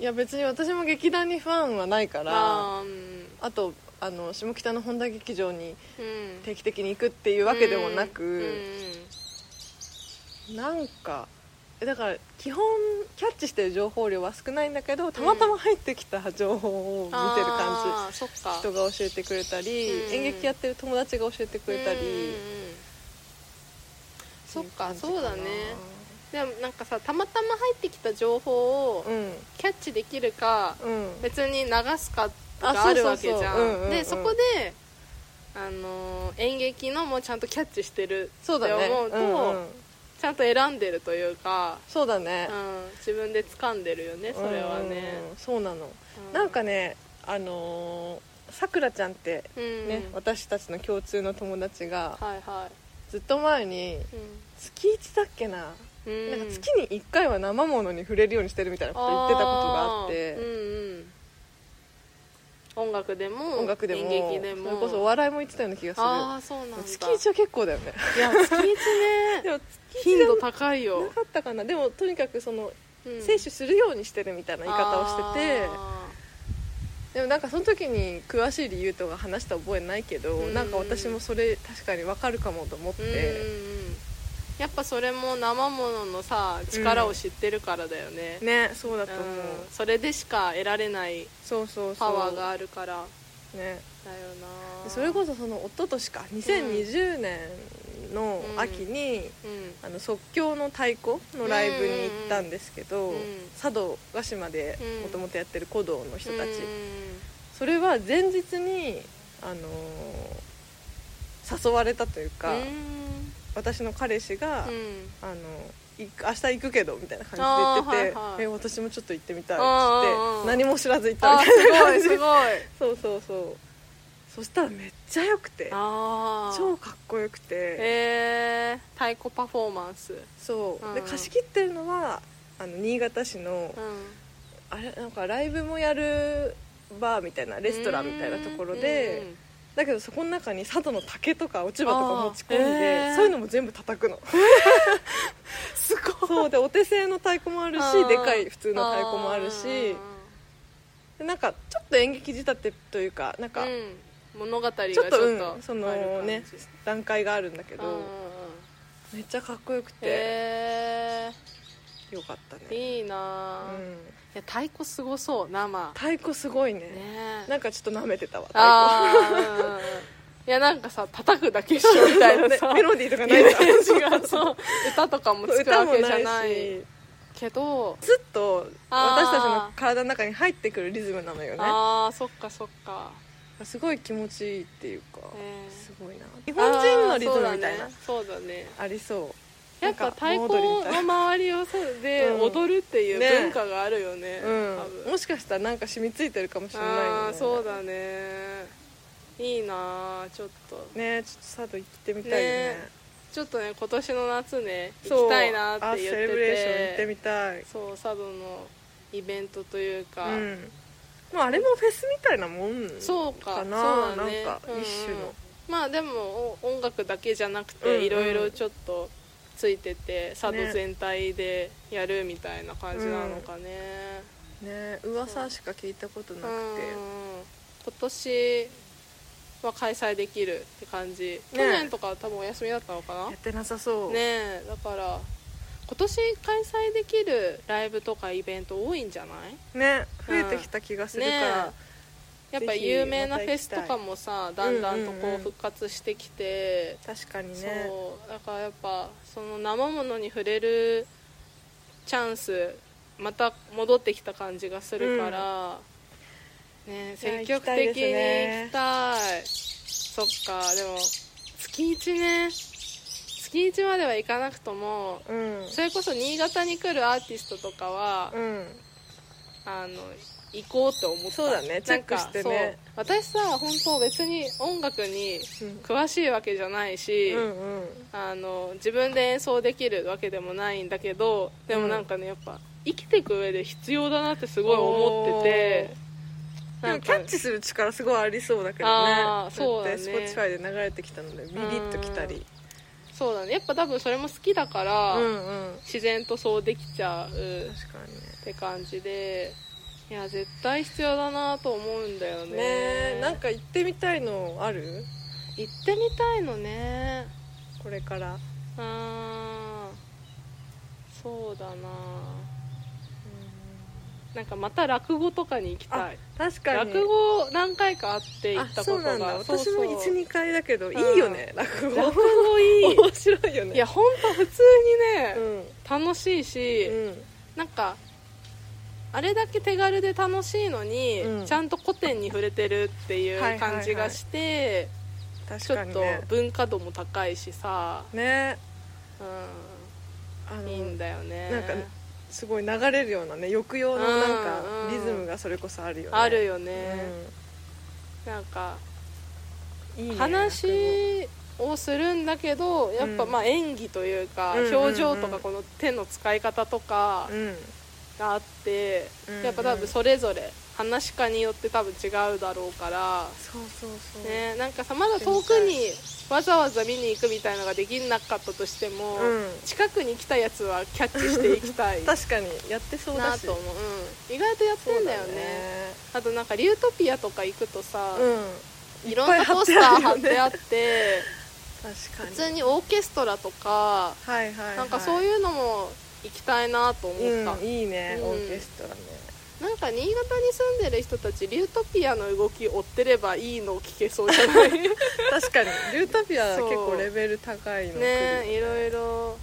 S2: いや別に私も劇団にファンはないからあ
S1: あーうん
S2: とあの下北の本田劇場に
S1: うん
S2: 定期的に行くっていうわけでもなく、
S1: うん
S2: なんかえだから基本キャッチしてる情報量は少ないんだけどたまたま入ってきた情報を見てる感
S1: あーそっか
S2: じ、人が教えてくれたり、
S1: うん
S2: 演劇やってる友達が教えてくれたり、
S1: うんうんうんそっかそうだねでもなんかさたまたま入ってきた情報を
S2: うん
S1: キャッチできるか、
S2: うん
S1: 別に流すか
S2: あ
S1: があるわけじゃ
S2: そうそうそううんうんうん
S1: んでそこであのー演劇のもちゃんとキャッチしてるって
S2: そう
S1: 思
S2: だね
S1: うと
S2: うんうん
S1: ちゃんと選んでるというか、
S2: そうだね
S1: う、ん、自分で掴んでるよねそれはね
S2: うんうんうんそうなの、
S1: う
S2: なんかねあのーさくらちゃんって
S1: うん
S2: ね、私たちの共通の友達が
S1: はいは
S2: ずっと前に
S1: い
S2: 月1だっけな
S1: うん
S2: なんか月に1回は生ものに触れるようにしてるみたいなこと言ってたことがあって、
S1: ーうんうん音楽でも
S2: 音楽でも
S1: 演劇でも
S2: それこそお笑いも言ってたような気がす
S1: あ
S2: る
S1: あそうなんだ
S2: 月1は結構だよね
S1: いや月一
S2: で
S1: ね
S2: も
S1: 頻度高いよ
S2: な、かったかなでもとにかくその
S1: うん
S2: 摂取するようにしてるみたいな言い方をしてて
S1: あ
S2: でもなんかその時に詳しい理由とか話した覚えないけど
S1: うん
S2: なんか私もそれ確かに分かるかもと思っ
S1: ーうんうん
S2: て
S1: うんやっぱそれも生もののさ力を知ってるからだよね、
S2: ねそうだ
S1: う
S2: と
S1: ん
S2: 思う
S1: それでしか得られない
S2: そうそうそう
S1: パワーがあるから
S2: ね
S1: だよな
S2: それこそその一昨年か2020年の秋
S1: う
S2: に、
S1: ん
S2: あの即興の太鼓のライブに行ったんですけど、
S1: うん
S2: 佐渡ヶ島で
S1: うん
S2: もともとやってる古道の人たち、
S1: うん
S2: それは前日に、あのー誘われたというか、
S1: うん
S2: 私の彼氏が、
S1: うん
S2: あの行く明日行くけどみたいな感じで言ってて「
S1: あーはいはい
S2: え私もちょっと行ってみたい」っつ
S1: うんうんう
S2: って
S1: ん
S2: 何も知らず行った
S1: あ
S2: み
S1: ー
S2: たい
S1: す
S2: な
S1: ごい
S2: 感
S1: す
S2: じ
S1: ごい
S2: そうそうそうそしたらめっちゃ良くて
S1: ああ
S2: 超かっこよくて
S1: えー、太鼓パフォーマンス
S2: そう、
S1: うん
S2: で貸し切ってるのはあの新潟市の、
S1: う
S2: あれなんかライブもやるバーみたいなレ
S1: レ
S2: ストランみたいなところでだけどそこの中に佐渡の竹とか落ち葉とか持ち込んで
S1: あ、ーへー
S2: そういうのも全部 叩くのすごいそうでお手製の太鼓もあるしでかい普通の太鼓もあるしでなんかちょっと演劇仕立てというかなんか、
S1: うん、物語がち
S2: ち
S1: ょ
S2: ょ
S1: っ
S2: っ
S1: と
S2: とうんそ
S1: ある感
S2: の
S1: じ
S2: ね段階があるんだけ
S1: うんうんうん
S2: どめっちゃかっこよくて、
S1: へえ
S2: よかったね、
S1: いいな
S2: う
S1: あ、い
S2: ん、
S1: や太鼓すごそう生
S2: 太鼓すごいね
S1: ねえ
S2: なんかちょっと舐めてたわ太鼓
S1: ああー うんうんうんいやなんかさ叩くだけっしょみたいなさ
S2: メロディーとか
S1: イ
S2: な
S1: メ
S2: いじゃん
S1: ージが そう歌とかも
S2: そう
S1: 作るわ
S2: 歌も
S1: けじゃ
S2: な
S1: ないい
S2: し
S1: けど
S2: ずっと私たちの
S1: あー
S2: 体の中に入ってくるリズムなのよね
S1: ああそっかそっか
S2: すごい気持ちいいっていうか、
S1: ねえ
S2: すごいな日本人のリズムみたいなあ,、
S1: あーそうだねそうだね
S2: りそう
S1: やっぱ太
S2: なん
S1: 鼓
S2: か盆踊りみ
S1: の
S2: たいな
S1: 周りをそうで
S2: うん
S1: 踊るっていう
S2: ね
S1: 文化があるよね多
S2: うん、
S1: 分
S2: もしかしたらなんか染みついてるかもしれないよ
S1: あ
S2: ね
S1: あそうだねいいなあちょっと
S2: ねちょっと佐渡行ってみたいよね
S1: ねちょっとね今年の夏ね
S2: そう
S1: 行きたいなって言
S2: あ
S1: っ
S2: セ
S1: て
S2: レブレーション行って
S1: て
S2: みたい
S1: そう佐渡のイベントというか、
S2: うんまああれもフェスみたいなもん
S1: そうか
S2: か
S1: そ
S2: な
S1: うだね
S2: なんか
S1: うんうん
S2: 一種の
S1: まあでもお音楽だけじゃなく
S2: うんうん
S1: ていろいろちょっとついてて佐渡全体でやるみたいな感じなのかね
S2: ね噂しか聞いたことなく
S1: うん今年は開催できるって感じ、去年とか多分お休みだったのかな
S2: てやってなさそ
S1: ね
S2: う
S1: えだから今年開催できるライブとかイベント多いんじゃない
S2: ね増えてきた気がするか
S1: ね
S2: ら
S1: えやっぱ有名なフェスとかもさだんだんと
S2: うんうんう
S1: こ
S2: ん
S1: う復活してきて、
S2: 確かにね
S1: そうだからやっぱその生ものに触れるチャンスまた戻ってきた感じがするから、ねえ
S2: いや
S1: 積極的に
S2: 行きたいですね
S1: 行きたいそっかでも月1ね月1までは行かなくとも
S2: うん
S1: それこそ新潟に来るアーティストとかは、
S2: うん
S1: あの行こうって思った
S2: そうだねチェックしてね
S1: なんかそう私さ本当別に音楽に詳しいわけじゃないし、
S2: うんうん
S1: あの自分で演奏できるわけでもないんだけどでもなんかねやっぱ生きていく上で必要だなってすごい思ってて
S2: で
S1: な
S2: も
S1: ん
S2: キ
S1: か
S2: ャッチする力すごいありそうだけどね
S1: あーそうだね
S2: スポティファイで流れてきたのでビビッときたり
S1: そうだねやっぱ多分それも好きだから、
S2: うん
S1: 自然とそうできちゃうっ
S2: 確かにね
S1: て感じでいや絶対必要だなと思うんだよね
S2: ねえなんか行ってみたいのある
S1: 行ってみたいのね
S2: これから
S1: うーんそうだななんかまた落語とかに行きたい
S2: 確かに
S1: 落語何回かあって行
S2: あ
S1: ったこ
S2: そ
S1: と
S2: うな
S1: が
S2: んだ
S1: そう
S2: 私
S1: そう
S2: も12回だけどいいよね落
S1: 落
S2: 語
S1: 語いい
S2: 面白いよね
S1: いや本当普通にね
S2: う、ん
S1: 楽しいし、
S2: うん
S1: なんかあれだけ手軽で楽しいのに、
S2: うん
S1: ちゃんと古典に触れてるって
S2: はい
S1: いう
S2: はいはい
S1: 感じがして、
S2: 確かに
S1: ちょっ
S2: ね
S1: と文化度も高いしさ、
S2: ね
S1: う
S2: あ
S1: ん、いいん
S2: の
S1: だよね
S2: なんかすごい流れるようなね抑揚のなんか
S1: うんうん
S2: リズムがそれこそあるよね
S1: あるよ
S2: う
S1: ね、なんか
S2: んいいね落
S1: 話をするんだけどやっぱ
S2: うん
S1: まあ演技というか、
S2: うんうんうん
S1: 表情とかこの手の使い方とか
S2: 語うん
S1: があって、
S2: うん
S1: やっぱ多分それぞれ話し家によって多分違うだろうから、
S2: そうそうそう
S1: ね、なんかさまだ遠くにわざわざ見に行くみたいのができなかったとしても、
S2: うん
S1: 近くに来たやつはキャッチしていきた い
S2: 確かにやってそうだ
S1: な
S2: し
S1: と思う、うん、意外とやってんだよねあとなんかリュートピアとか行くとさ、
S2: そうだねうん
S1: いろんなポスター貼ってあって
S2: 確かに
S1: 普通にオーケストラとか、
S2: はいはいはい
S1: なんかそういうのも行きたいなと思った、
S2: うんいいね
S1: うん
S2: オーケストラね
S1: なんか新潟に住んでる人たちリュートピアの動き追ってればいいのを聞けそうじゃ ないね
S2: 確かにルートピアは
S1: そう
S2: 結構レベル高いの来る
S1: いろいろ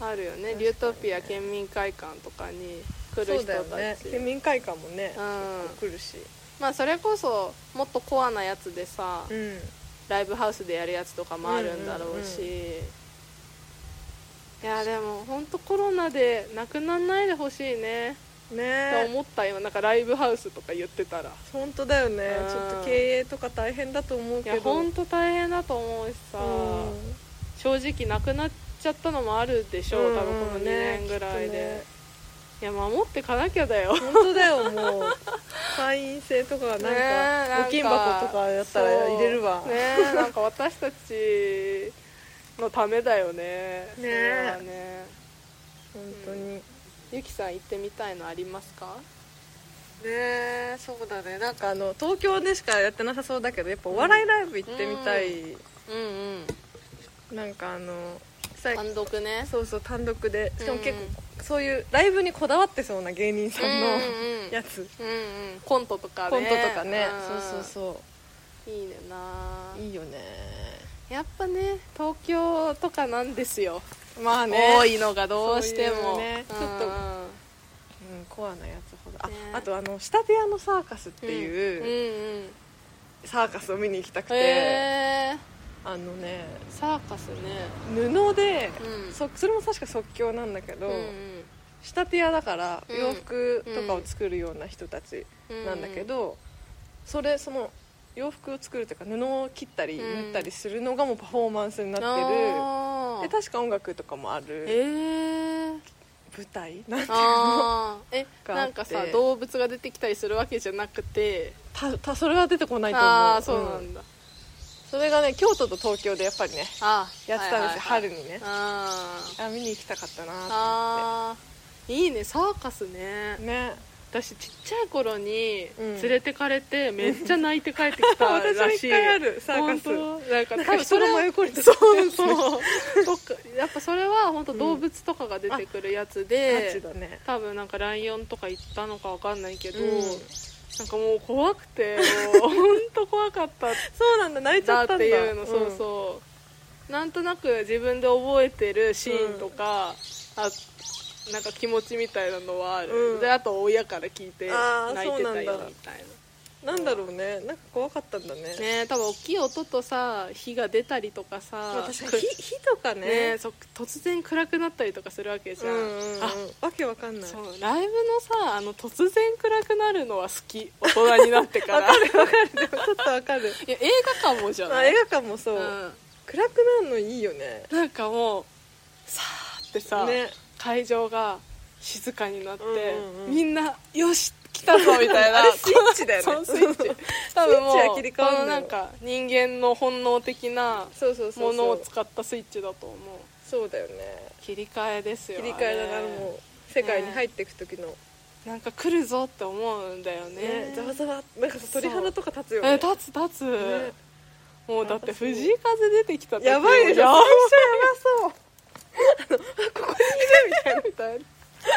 S1: あるよね
S2: 確かにね
S1: リュートピア県民会館とかに来る
S2: そ
S1: 人
S2: うだよ
S1: た
S2: ね
S1: ち
S2: 県民会館もね
S1: うん
S2: 来るし
S1: まあそれこそもっとコアなやつでさ、
S2: うん
S1: ライブハウスでやるやつとかもあるんだろうし、
S2: うんう
S1: いやでも本当コロナでなくならないでほしいねって
S2: ね
S1: 思ったよなんかライブハウスとか言ってたら
S2: 本当だよね
S1: うん
S2: ちょっと経営とか大変だと思う
S1: い
S2: け
S1: や
S2: ど
S1: 本当大変だと思うしさ、
S2: うん
S1: 正直なくなっちゃったのもあるでしょう、多分この
S2: うん
S1: 2
S2: ね
S1: 年ぐらいで、
S2: き
S1: いや守ってかなきゃだ よ
S2: っとね本当だよも う会員制とかなんか
S1: ねえなんか
S2: 募金箱とかやったら入れるわ
S1: そうねえなんか私たちのためだよね
S2: ね
S1: それはね
S2: 本当に
S1: ゆきさん行ってみたいのありますか
S2: ねえそうだねなんかあの東京でしかやってなさそうだけどやっぱお笑いライブ行ってみたい、
S1: うんうん
S2: なんかあの最
S1: 単独ね
S2: そうそう単独でしかも結構
S1: うん
S2: そういうライブにこだわってそうな芸人さんの
S1: うんうん
S2: やつ、
S1: うんうんコントとかね
S2: コントとかね、
S1: うん
S2: そうそう
S1: いいねんな
S2: そういいよね
S1: やっぱね東京とかなんですよ、
S2: まあね
S1: 多いのがどうしても
S2: そういうね
S1: うん
S2: ちょっとうん、コアなやつほどあ,、
S1: ね
S2: あとあの下部屋のサーカスって
S1: うん
S2: いう、
S1: うんうん
S2: サーカスを見に行きたくて、
S1: へえ
S2: あのね
S1: サーカスね
S2: 布で、
S1: うん
S2: そそれも確か即興なんだけど、
S1: うんうん
S2: 仕立て屋だから
S1: うん
S2: 洋服とかを作るような人たちなんだけど、それその洋服を作るというか布を切ったり
S1: うん
S2: 縫ったりするのがもうパフォーマンスになってる、
S1: あ
S2: で
S1: ー
S2: 確か音楽とかもある
S1: へえ
S2: 舞台なんていうの
S1: あーえ
S2: があ
S1: な
S2: って
S1: んかさ動物が出てきたりするわけじゃなくて
S2: たたそれは出てこないと思う
S1: ああそうな
S2: うん
S1: んだ、
S2: それがね京都と東京でやっぱりね
S1: あー
S2: やってた
S1: はい
S2: んですよ、
S1: はいはい
S2: 春にね
S1: あー
S2: あ見に行きたかったなと
S1: あーいいねサーカスね
S2: 思ってね
S1: 私ちっちゃい頃に
S2: うん
S1: 連れてかれてめっちゃ泣いて帰ってきたら
S2: 私も
S1: し
S2: 一
S1: い
S2: 回あるサーカス
S1: 本当なんか
S2: なん
S1: 多
S2: か
S1: 分そ
S2: 人
S1: れ
S2: の真横に立って
S1: そ
S2: るや
S1: う
S2: つね
S1: そうとかやっぱそれは本当動物とかが出てくるやつ
S2: ガ
S1: で
S2: チ、だね
S1: 多分なんかライオンとか行ったのかわかんないけど、
S2: うん
S1: なんかもう怖くてもう本当怖かったって
S2: そうなんだ泣いちゃ
S1: だ
S2: った
S1: っ
S2: んだ
S1: ていうの、そう
S2: うん
S1: そうなんとなく自分で覚えてるシーンとか、あなんか気持ちみたいなのはある、
S2: うん
S1: であと親から聞いて
S2: あー
S1: 泣いてたよみたい
S2: そうなんだなんだろうねなんか怖かったんだね
S1: なね多分大きい音とさ火が出たりとかさ、
S2: まあ確かに火火とかね
S1: ねそ突然暗くなったりとかするわけじ
S2: う
S1: ゃん,、
S2: んうんうん
S1: あ
S2: わけわかんない
S1: そうライブのさあの突然暗くなるのは好き大人になってから
S2: でもちょっとわかる
S1: いや映画館もじゃ
S2: まあ
S1: ない
S2: 映画館もそう、
S1: うん、
S2: 暗くなるのいいよね
S1: なんかもうさーってさ、
S2: ね
S1: 会場が静かになって、
S2: うんうんうん
S1: みんな「よし来たぞ」みたいな
S2: あれスイッチだよね
S1: そうスイッチ多分も
S2: スイッチ
S1: う
S2: は切り替わ
S1: こ
S2: んの
S1: の
S2: よ
S1: なんか人間の本能的な
S2: そうそうそ
S1: も
S2: う
S1: の
S2: そ
S1: を
S2: う
S1: 使ったスイッチだと思う
S2: そうだよね
S1: 切り替えですよ
S2: 切り替えながら
S1: あ
S2: もう世界に入っていく時の
S1: れなんか来るぞって思うんだよね
S2: ねざわざわなんかさ
S1: そう
S2: 鳥肌とか立つよ
S1: え
S2: ね
S1: 立つ立つ、
S2: ね
S1: もうだって藤井風出てきた時
S2: やばいでしょ最初や
S1: やば
S2: ばそうあのあここにいるみたいない
S1: みたい な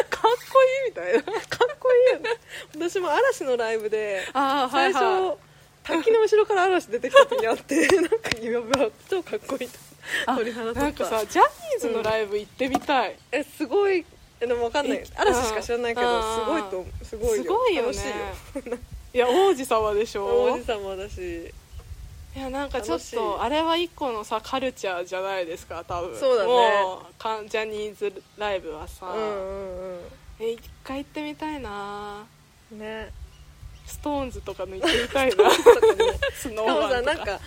S2: かっこいいみたいなかっこいいよね私も嵐のライブで
S1: ああ
S2: 最初、滝の後ろから嵐出てきた時にあって なんかやばい超かっこいい
S1: あ
S2: 鳥肌立
S1: なん
S2: った
S1: かさジャニーズのライブ行ってみたい、
S2: えすごいえでもわかんない
S1: い
S2: 嵐しか知らないけど
S1: あー
S2: すごいと思うすごいよ
S1: すごいよね
S2: 楽しいよ
S1: いや王子様でし
S2: 王
S1: ょ
S2: 子様だし
S1: いやなんかちょっ
S2: 楽しい
S1: とあれは一個のさカルチャーじゃないですか多分
S2: そうだね
S1: もうかジャニーズライブはさ
S2: う、んうん
S1: え一回行ってみたいな
S2: うん ね
S1: ストーンズとかの行ってみた いなスノー
S2: しかも
S1: マ
S2: さ
S1: ンと
S2: な
S1: か
S2: んか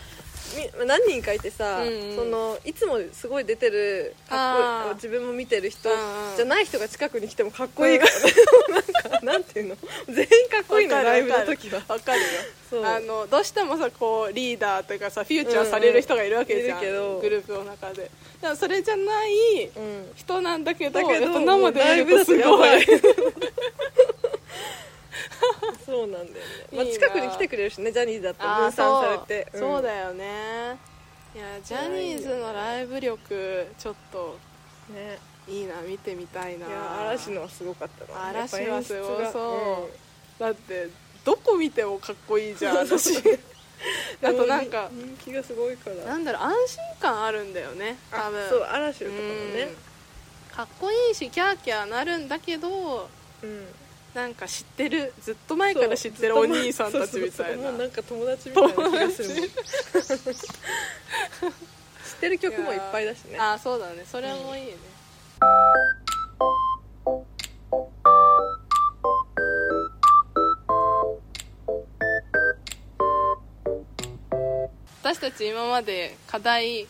S2: み何人かいてさ、
S1: うんうん
S2: そのいつもすごい出てるかっこい
S1: あ
S2: い
S1: ー
S2: 自分も見てる人
S1: うんうん
S2: じゃない人が近くに来てもかっこいいからね、なんかなんていうの全員かっこいいの
S1: わかる
S2: ライブの時は
S1: わかるよ
S2: そう
S1: あのどうしてもさこうリーダーというかさフューチャーされる人がいるわけじゃん、
S2: うんうんい
S1: グ
S2: るけど
S1: ループの中ででもそれじゃない
S2: うん
S1: 人なんだけど
S2: だけど
S1: やっぱ生で見
S2: もうライブだ
S1: ると
S2: と
S1: す
S2: や
S1: ご
S2: ば い
S1: い
S2: そうなんだよね、まあ、
S1: いいな
S2: 近くに来てくれるしねジャニーズだと
S1: あー
S2: 分散されて
S1: そう,、そう
S2: よ、
S1: だよねいやジャニーズのライブ力ちょっと
S2: ね、
S1: いいな見てみたい
S2: い
S1: な
S2: や嵐のはすごかったな
S1: 嵐
S2: やっぱ
S1: は
S2: 演出
S1: す
S2: が
S1: ごそううだってどこ見てもかっこいいじゃん 私
S2: ん
S1: あとなんか
S2: でも人気がすごいから
S1: なんだろう安心感あるんだよね多分
S2: あそう嵐
S1: う
S2: とかもね
S1: んかっこいいしキャーキャーなるんだけど
S2: うん
S1: なんか知ってるずっと前から知ってるお兄さんたちみたい
S2: そうそうそうもうな
S1: なん
S2: か友達みたいな気がするもん知ってる曲もいっぱいだしね
S1: あそうだねそれもいいね、私たち今まで課題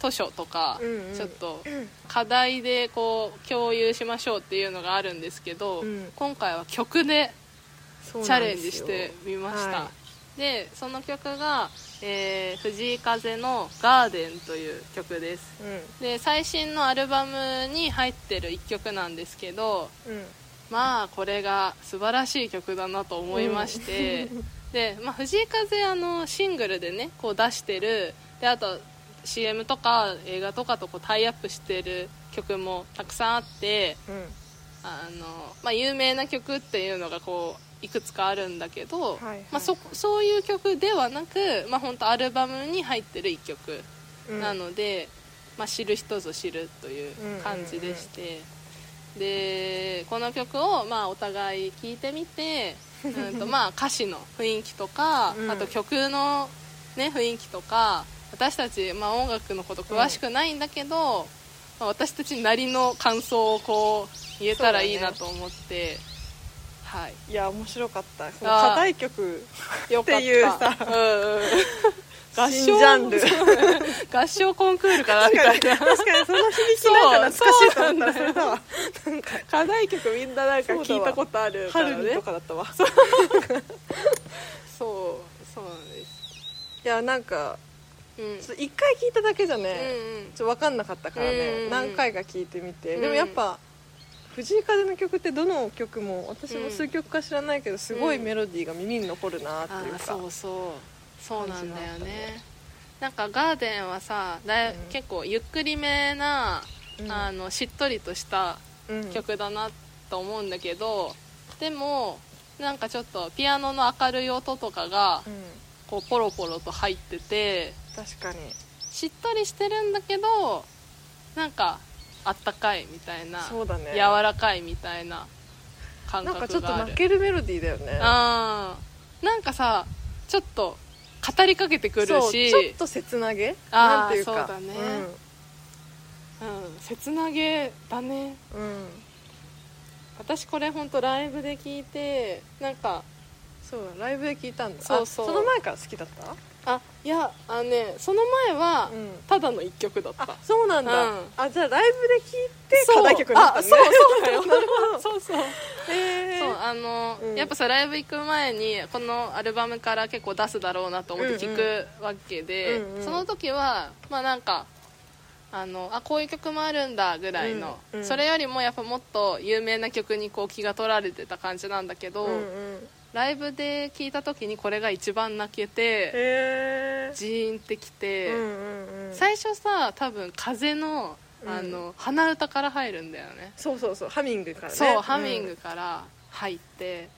S1: 図書とか、
S2: うんうん
S1: ちょっと課題でこう共有しましょうっていうのがあるんですけど、
S2: うん
S1: 今回は曲で
S2: そう
S1: チ
S2: な
S1: ャ
S2: ん
S1: レ
S2: で
S1: ン
S2: す
S1: ジ
S2: よ
S1: してみました、
S2: は
S1: でその曲が、えー藤井風の「ガーデン」という曲です
S2: い
S1: で最新のアルバムに入ってる1曲なんですけど
S2: うんうん
S1: まあこれが素晴らしい曲だなと思いま して、で、まあ、藤井風あのシングルでねこう出してるであと CM とか映画とかとこうタイアップしてる曲もたくさんあって
S2: うん
S1: あの、まあ、有名な曲っていうのがこういくつかあるんだけど、
S2: はいはい
S1: まあ、そそういう曲ではなく、まあ、本当アルバムに入ってる1曲
S2: うん
S1: なので、まあ、知る人ぞ知るという感じでして、でこの曲をまあお互い聴いてみ てうんとまあ歌詞の雰囲気とか、
S2: うん
S1: あと曲の、ね、雰囲気とか私たち、まあ、音楽のこと詳しくないんだけど、まあ私たちなりの感想をこう言えたらいいなと思って、はい
S2: いや面白かったその
S1: あー
S2: 課題曲
S1: よかった
S2: っていうさ
S1: うんうん合唱
S2: 新ジャンル
S1: 合唱コンクールかなみたいな
S2: 確かに確かにその響きなんか懐かしいと思ったらそ
S1: そう
S2: れだわ
S1: 課題曲みんななんか
S2: そうだ
S1: 聞
S2: わ
S1: いたことあるから
S2: 春に
S1: ね
S2: とかだったわ
S1: そうそうなんです
S2: いやなんか
S1: うんうん
S2: ちょっと一回聞いただけじゃね、
S1: うん
S2: ちょっと分かんなかったから
S1: うん
S2: ね、
S1: うん
S2: 何回か聞いてみて、
S1: うん
S2: でもやっぱ藤井風の曲ってどの曲も私も数曲か知らないけどすごいメロディーが耳に残るなって
S1: あ
S2: い
S1: ー
S2: うか、
S1: そうそうそうなんだよ
S2: 感じだっ
S1: ね
S2: たね
S1: なんかガーデンはさだい、
S2: うん
S1: 結構ゆっくりめな、
S2: うん
S1: あのしっとりとした
S2: うん
S1: 曲だなと思うんだけど、でもなんかちょっとピアノの明るい音とかが
S2: うん
S1: こうポロポロと入ってて
S2: 確かに
S1: しっとりしてるんだけどなんかあったかいみたいな
S2: そうだね
S1: 柔らかいみたいな感
S2: なん
S1: 覚がある
S2: かちょっと泣けるメロディーだよね
S1: あーなんかさちょっと語りかけてくるし
S2: そうちょっと切なげ
S1: あー
S2: なんていうか
S1: そうだねうん、切なげだね
S2: うん、うん
S1: 私これ本当ライブで聞いてなんか
S2: そうだライブで聞いたんだ
S1: そうそう
S2: あその前から好きだった
S1: あいやあのねその前は
S2: うん
S1: ただの一曲だった、
S2: あそうなんだ、
S1: うん
S2: あじゃあライブで聞いて
S1: そう
S2: 課題曲になった
S1: あ
S2: ね
S1: そうそうだよ
S2: なるほど
S1: そうそう
S2: えー
S1: そうあの、
S2: うん
S1: やっぱさライブ行く前にこのアルバムから結構出すだろうなと思って聞くわけで、
S2: うんうん
S1: その時はまあなんかあのあこういう曲もあるんだぐらいの、
S2: うんうん
S1: それよりもやっぱもっと有名な曲にこう気が取られてた感じなんだけど、
S2: うんうん
S1: ライブで聴いた時にこれが一番泣けて
S2: へえ
S1: ジーンってきて、
S2: うんうんうん
S1: 最初さ多分風の
S2: うん
S1: あの、鼻歌から入るんだよね
S2: そうそうそうハミングからね
S1: そう、ハミングから入って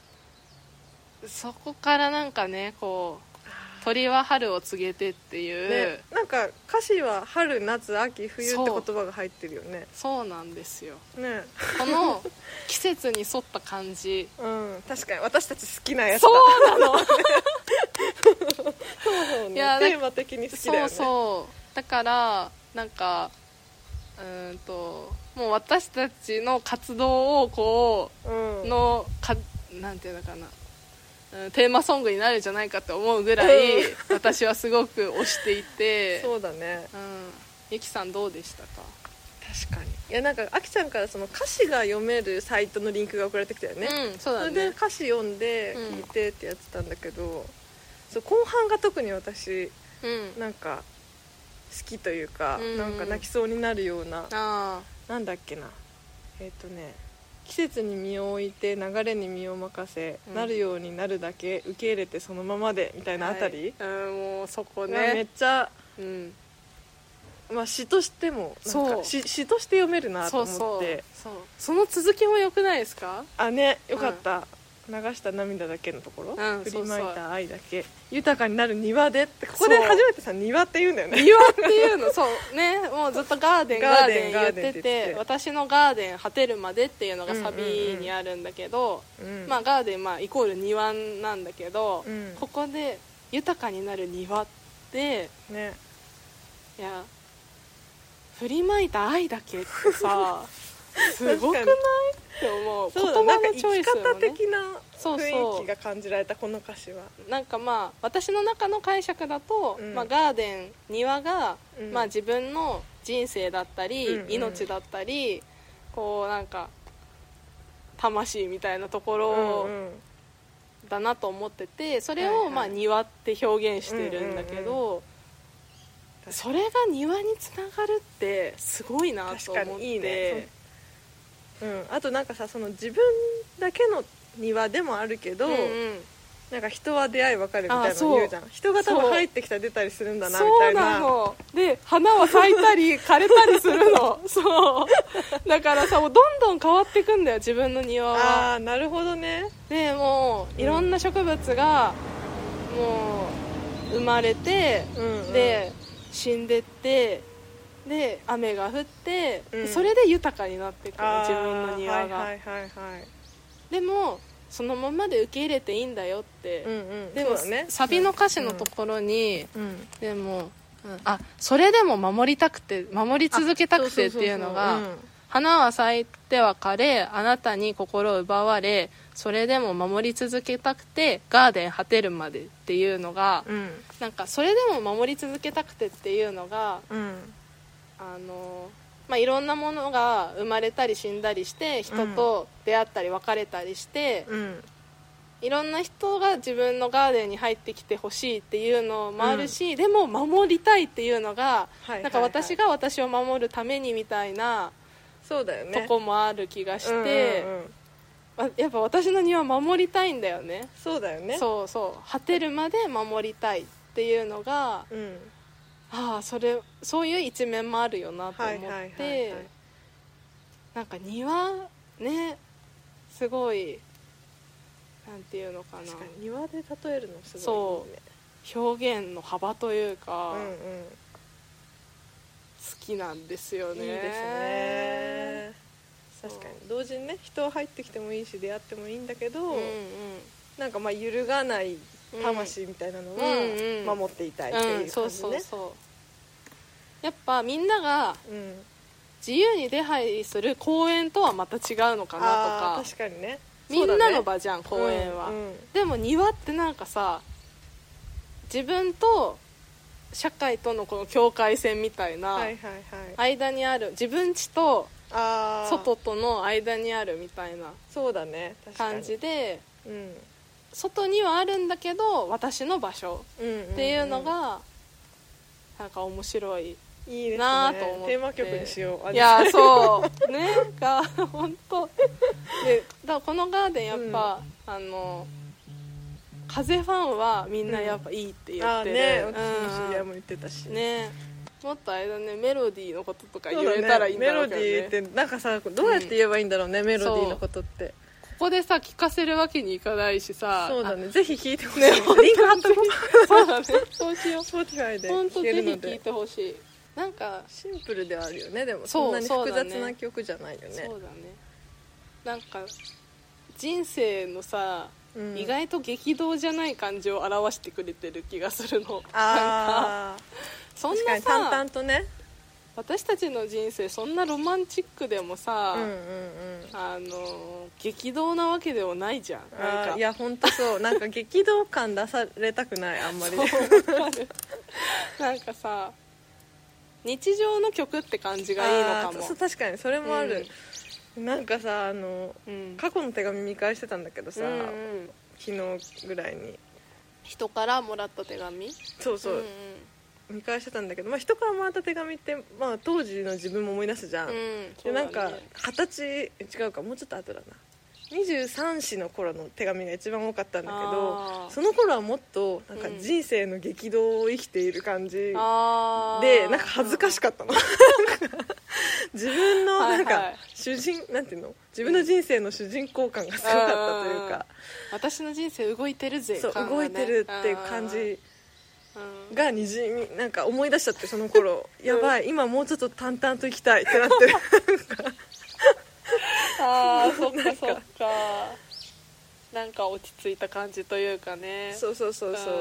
S1: そこからなんかねこう「鳥は春を告げて」って
S2: う
S1: い
S2: ん
S1: う、
S2: ねなんか歌詞は春夏秋冬って言葉が入ってるよね
S1: そうなんですよ
S2: ね
S1: こ の季節に沿った感じ
S2: うん確かに私たち好きなやつだ
S1: そうなの
S2: そうそうね
S1: いや
S2: テーマ的に好きだ
S1: そう
S2: よね
S1: そうだからなんかうーんともう私たちの活動をこ
S2: う、、
S1: うんのかなんていうのかなうんテーマソングになるんじゃないかって思うぐらい
S2: うん
S1: 私はすごく推してい て
S2: そうだね
S1: うん、ゆきさんどうでしたか
S2: 確かにいやなんかあきちゃんからその歌詞が読めるサイトのリンクが送られてきたよね、
S1: うんそう
S2: そ
S1: だ
S2: れで
S1: ね
S2: 歌詞読んで
S1: うん
S2: 聞いてってやってたんだけど、そう後半が特に私
S1: うん
S2: なんか好きというか、
S1: うん
S2: なんか泣きそうになるような
S1: あ
S2: なんだっけなえっ、とね季節に身を置いて流れに身を任せ、
S1: うん
S2: なるようになるだけ受け入れてそのままでみたい
S1: あ
S2: なあたり、
S1: はいうんもうそこ
S2: がめっ
S1: ね
S2: ちゃ、
S1: うん
S2: まあ、詩としてもなん
S1: そ
S2: か
S1: う
S2: 詩詩として読めるなと
S1: そ
S2: 思
S1: う
S2: って
S1: そうそうその続きも良くないです か
S2: あねよかった、流した涙だけのところ、
S1: うん
S2: 振りまい
S1: そうそう
S2: た愛だけ豊かになる庭でってここで
S1: そう
S2: 初めてさ庭って言うんだよね
S1: 庭っていうのそうねもうずっとガーデンガ
S2: ガ
S1: ー
S2: ー
S1: デ
S2: デ
S1: ン
S2: ン
S1: 言っ
S2: ガ
S1: て
S2: ーデン
S1: て
S2: って言って
S1: 私のガーデン果てるまでっていうのがサ
S2: うんうん
S1: ビ
S2: うん
S1: にあるんだけど、
S2: うん
S1: まあガーデンまあイコール庭なんだけど、
S2: うん
S1: ここで豊かになる庭って
S2: ね
S1: いや振りまいた愛だけってさすごくない
S2: 確かに
S1: って思う言
S2: そうだ
S1: 葉
S2: なんか
S1: の
S2: 生
S1: チョイ
S2: き
S1: スも
S2: 方
S1: ね
S2: 的な
S1: そうそう
S2: 雰囲気が感じられたこの歌詞は
S1: なんかまあ私の中の解釈だと、
S2: うん
S1: まあ、ガーデン庭が、
S2: うん
S1: まあ、自分の人生だったり、
S2: うんうん
S1: 命だったりこうなんか魂みたいなところ
S2: うんうん
S1: だなと思っててそれ
S2: はいは
S1: を
S2: い
S1: まあ庭って表現してるんだけど、
S2: うん
S1: それが庭につながるってすごいなと
S2: 確
S1: 思
S2: か
S1: って
S2: にいいねうん、あとなんかさその自分だけの庭でもあるけど、
S1: うんうん
S2: なんか人は出会い別れみたい
S1: あ
S2: な
S1: そう
S2: の言うじゃん人が多
S1: そ
S2: 分
S1: う
S2: 入ってきたり出たりするんだなみ
S1: そ
S2: た
S1: う
S2: い
S1: な
S2: な
S1: ので花は咲いたり枯れたりするの そうだからさもうどんどん変わっていくんだよ自分の庭
S2: あ
S1: は
S2: あなるほどね
S1: でもういろんな植物がもう生まれて、
S2: うんうん
S1: で死んでってで雨が降って、
S2: うん
S1: それで豊かになっていくの
S2: あー
S1: 自分の庭が、
S2: はいはいはいはい
S1: でもそのままで受け入れていいんだよって、
S2: うんうん
S1: でも、
S2: そうだね
S1: サビの歌詞のところに、
S2: うん
S1: でも
S2: うん
S1: あそれでも守りたくて守り続けたくてっていうのが
S2: そうそうそううん
S1: 花は咲いては枯れあなたに心を奪われそれでも守り続けたくてガーデン果てるまでっていうのが、
S2: うん
S1: なんかそれでも守り続けたくてっていうのが
S2: うん
S1: あの、まあ、いろんなものが生まれたり死んだりして人と出会ったり別れたりして、
S2: うん
S1: いろんな人が自分のガーデンに入ってきてほしいっていうのもあるし、でも守りたいっていうのが、
S2: はいはいはい
S1: なんか私が私を守るためにみたいな
S2: そうだよ
S1: と
S2: ね
S1: こもある気がして、
S2: うんうんうん
S1: まやっぱ私の庭守りたいんだよね
S2: そうだよね
S1: そうそう果てるまで守りたいっていうのが、
S2: うん
S1: ああそれそういう一面もあるよなと思
S2: は
S1: っ
S2: い
S1: て、
S2: はいはいはい
S1: なんか庭ねすごいなんていうのかな
S2: 確かに庭で例えるのすご
S1: そ
S2: いういいね
S1: 表現の幅というか、
S2: うん
S1: 好
S2: うん
S1: きなんですよね
S2: いいですね
S1: そう
S2: 確かに同時にね人は入ってきてもいいし出会ってもいいんだけど、
S1: うんうん
S2: なんかまあ揺るがない魂みたいなの
S1: うんう
S2: は
S1: ん
S2: 守っていたいっていう感じね、
S1: うんそうそうそうやっぱみんなが
S2: うん
S1: 自由に出入りする公園とはまた違うのかなと
S2: あ
S1: か
S2: ー確かにね
S1: みんなの
S2: 場
S1: 場じゃん、公園は、
S2: うんうん
S1: でも庭ってなんかさ自分と社会とのこの境界線みたいな
S2: はいはいはい
S1: 間にある自分家と
S2: あー
S1: 外との間にあるみたいな
S2: そうだね確かに
S1: 感じで
S2: うん
S1: 外にはあるんだけど私の場所
S2: うんんん
S1: っていうのが、なんか面白い
S2: いいですね
S1: なと思って
S2: テーマ曲にしよう
S1: いや そうねが本当でだからこのガーデンやっぱ、あの風ファンはみんなやっぱいいって言
S2: あ
S1: っ
S2: あ
S1: て
S2: ー
S1: る、う
S2: ね
S1: ん
S2: 私の知り合いも言ってたし、
S1: ねもっとあれだねメロディーのこととか
S2: そう
S1: 言
S2: だね
S1: えたらいいんだ
S2: メ
S1: ろ
S2: ロ
S1: うけ
S2: デ
S1: ど、ね
S2: ィーってなんかさどうやって言えばいいんだろうね、メロディーのことって
S1: ここでさ聞かせるわけにいかないしさ
S2: そうだ
S1: ね
S2: ねぜひ聴いてほしい、
S1: ね
S2: リンク貼っとこう
S1: そうだねそうしよ
S2: Spotify
S1: う
S2: で
S1: 本当
S2: 聴
S1: ぜ
S2: け
S1: ひ
S2: るの
S1: 聞い
S2: で
S1: てほしいなんか
S2: シンプルではあるよねでも
S1: そう
S2: そんなに複
S1: そ
S2: 雑
S1: うだね
S2: な曲じゃないよね
S1: そうだねなんか人生のさ、
S2: うん
S1: 意外と激動じゃない感じを表してくれてる気がするのなんか
S2: ああ
S1: そん
S2: 確か
S1: な
S2: に淡
S1: さ
S2: 々とね
S1: 私たちの人生そんなロマンチックでも
S2: う
S1: さ、
S2: んうんうん
S1: あの激動なわけでもないじゃんなん
S2: あ
S1: か
S2: ーいや本当そうなんか激動感出されたくないあんまり
S1: そうわかる なんかさ日常の曲って感じがいいのか
S2: あー
S1: も
S2: そう確かにそれもある、なんかさあの
S1: うん
S2: 過去の手紙見返してたんだけどさ、
S1: うんうん
S2: 昨日ぐらいに
S1: 人からもらった手紙
S2: そうそう、
S1: ん
S2: 見返してたんだけど、まあ、人からもらった手紙って、まあ、当時の自分も思い出すじゃん、
S1: うんうん
S2: でなん
S1: そうだ
S2: か
S1: ね
S2: 二十歳違うかもうちょっと後だな23歳の頃の手紙が一番多かったんだけ
S1: あ
S2: ど
S1: ー
S2: その頃はもっとなんか
S1: うん
S2: 人生の激動を生きている感じ
S1: あー
S2: でなんか恥ずかしか ったの自分のなん
S1: はいは
S2: か
S1: い
S2: 主人なんていうの自分の人生の主人公感がすごかったというか
S1: 私の人生動いてるぜ
S2: そう
S1: 感が
S2: 動
S1: ね
S2: いてるっていう感じ
S1: うん
S2: がにじみなんか思い出しちゃってその頃やばい今もうちょっと淡々と生きたいってなってる
S1: ああそ っかそっかなんか落ち着いた感じというかね
S2: そうそうそうそう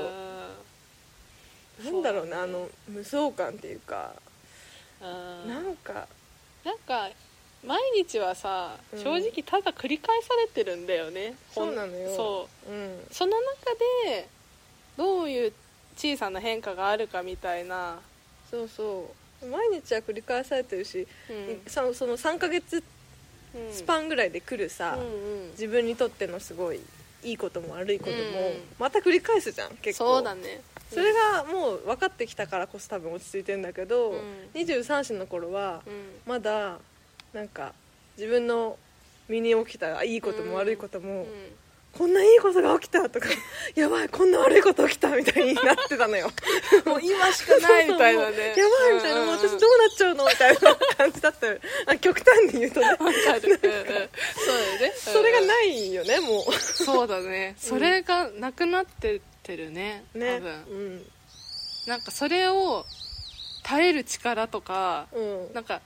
S2: んなんだろうね
S1: そう
S2: あの無双感っていうか
S1: うん
S2: なんか
S1: なんか毎日はさ
S2: うん
S1: 正直ただ繰り返されてるんだよね、ほん
S2: そうなのよ
S1: そう
S2: うん
S1: その中でどういう小さな変化があるかみたいな、
S2: そうそう毎日は繰り返されてるし、
S1: うん
S2: さその3ヶ月
S1: うん
S2: スパンぐらいで来るさ、
S1: うんうん
S2: 自分にとってのすごいいいことも悪いことも、
S1: うんうん
S2: また繰り返すじゃん結構
S1: そうだね
S2: それがもう分かってきたからこそ多分落ち着いてんだけど、
S1: うん
S2: 23歳の頃は
S1: うん
S2: まだなんか自分の身に起きたいいことも悪いことも、
S1: うん
S2: こんないいことが起きたとか やばいこんな悪いこと起きたみたいになってたのよ
S1: もう今しかないみたいなね
S2: そうそうもうやばいみたいなもう私どうなっちゃうのみたいな感じだったよあ極端に言うとね
S1: わかる うんうんそうだよね
S2: それが
S1: い
S2: ないよねも
S1: そうだねそれがなくなってってるね
S2: うね
S1: 多分
S2: うん
S1: なんかそれを耐える力とか
S2: うん
S1: なんか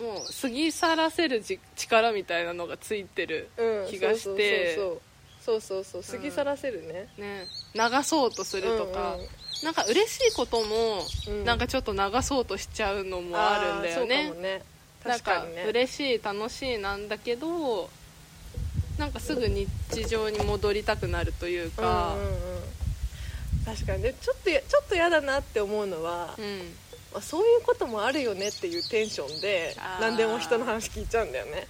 S1: もう過ぎ去らせるじ力みたいなのがついてる
S2: うん
S1: 気がして
S2: そうそうそうそうそうそう過ぎ去らせるね、
S1: ね流そうとするとか、
S2: うんうん
S1: なんか嬉しいことも、
S2: うん
S1: なんかちょっと流そうとしちゃうのもあるんだよ
S2: あー
S1: ね
S2: そうかもね
S1: なん
S2: 確
S1: か
S2: かにね
S1: 嬉しい楽しいなんだけどなんかすぐ日常に戻りたくなるというか
S2: うんうんうん確かにでちょっとやちょっと嫌だなって思うのは、
S1: うん、
S2: まあ、そういうこともあるよねっていうテンションで
S1: あー
S2: 何でも人の話聞いちゃうんだよね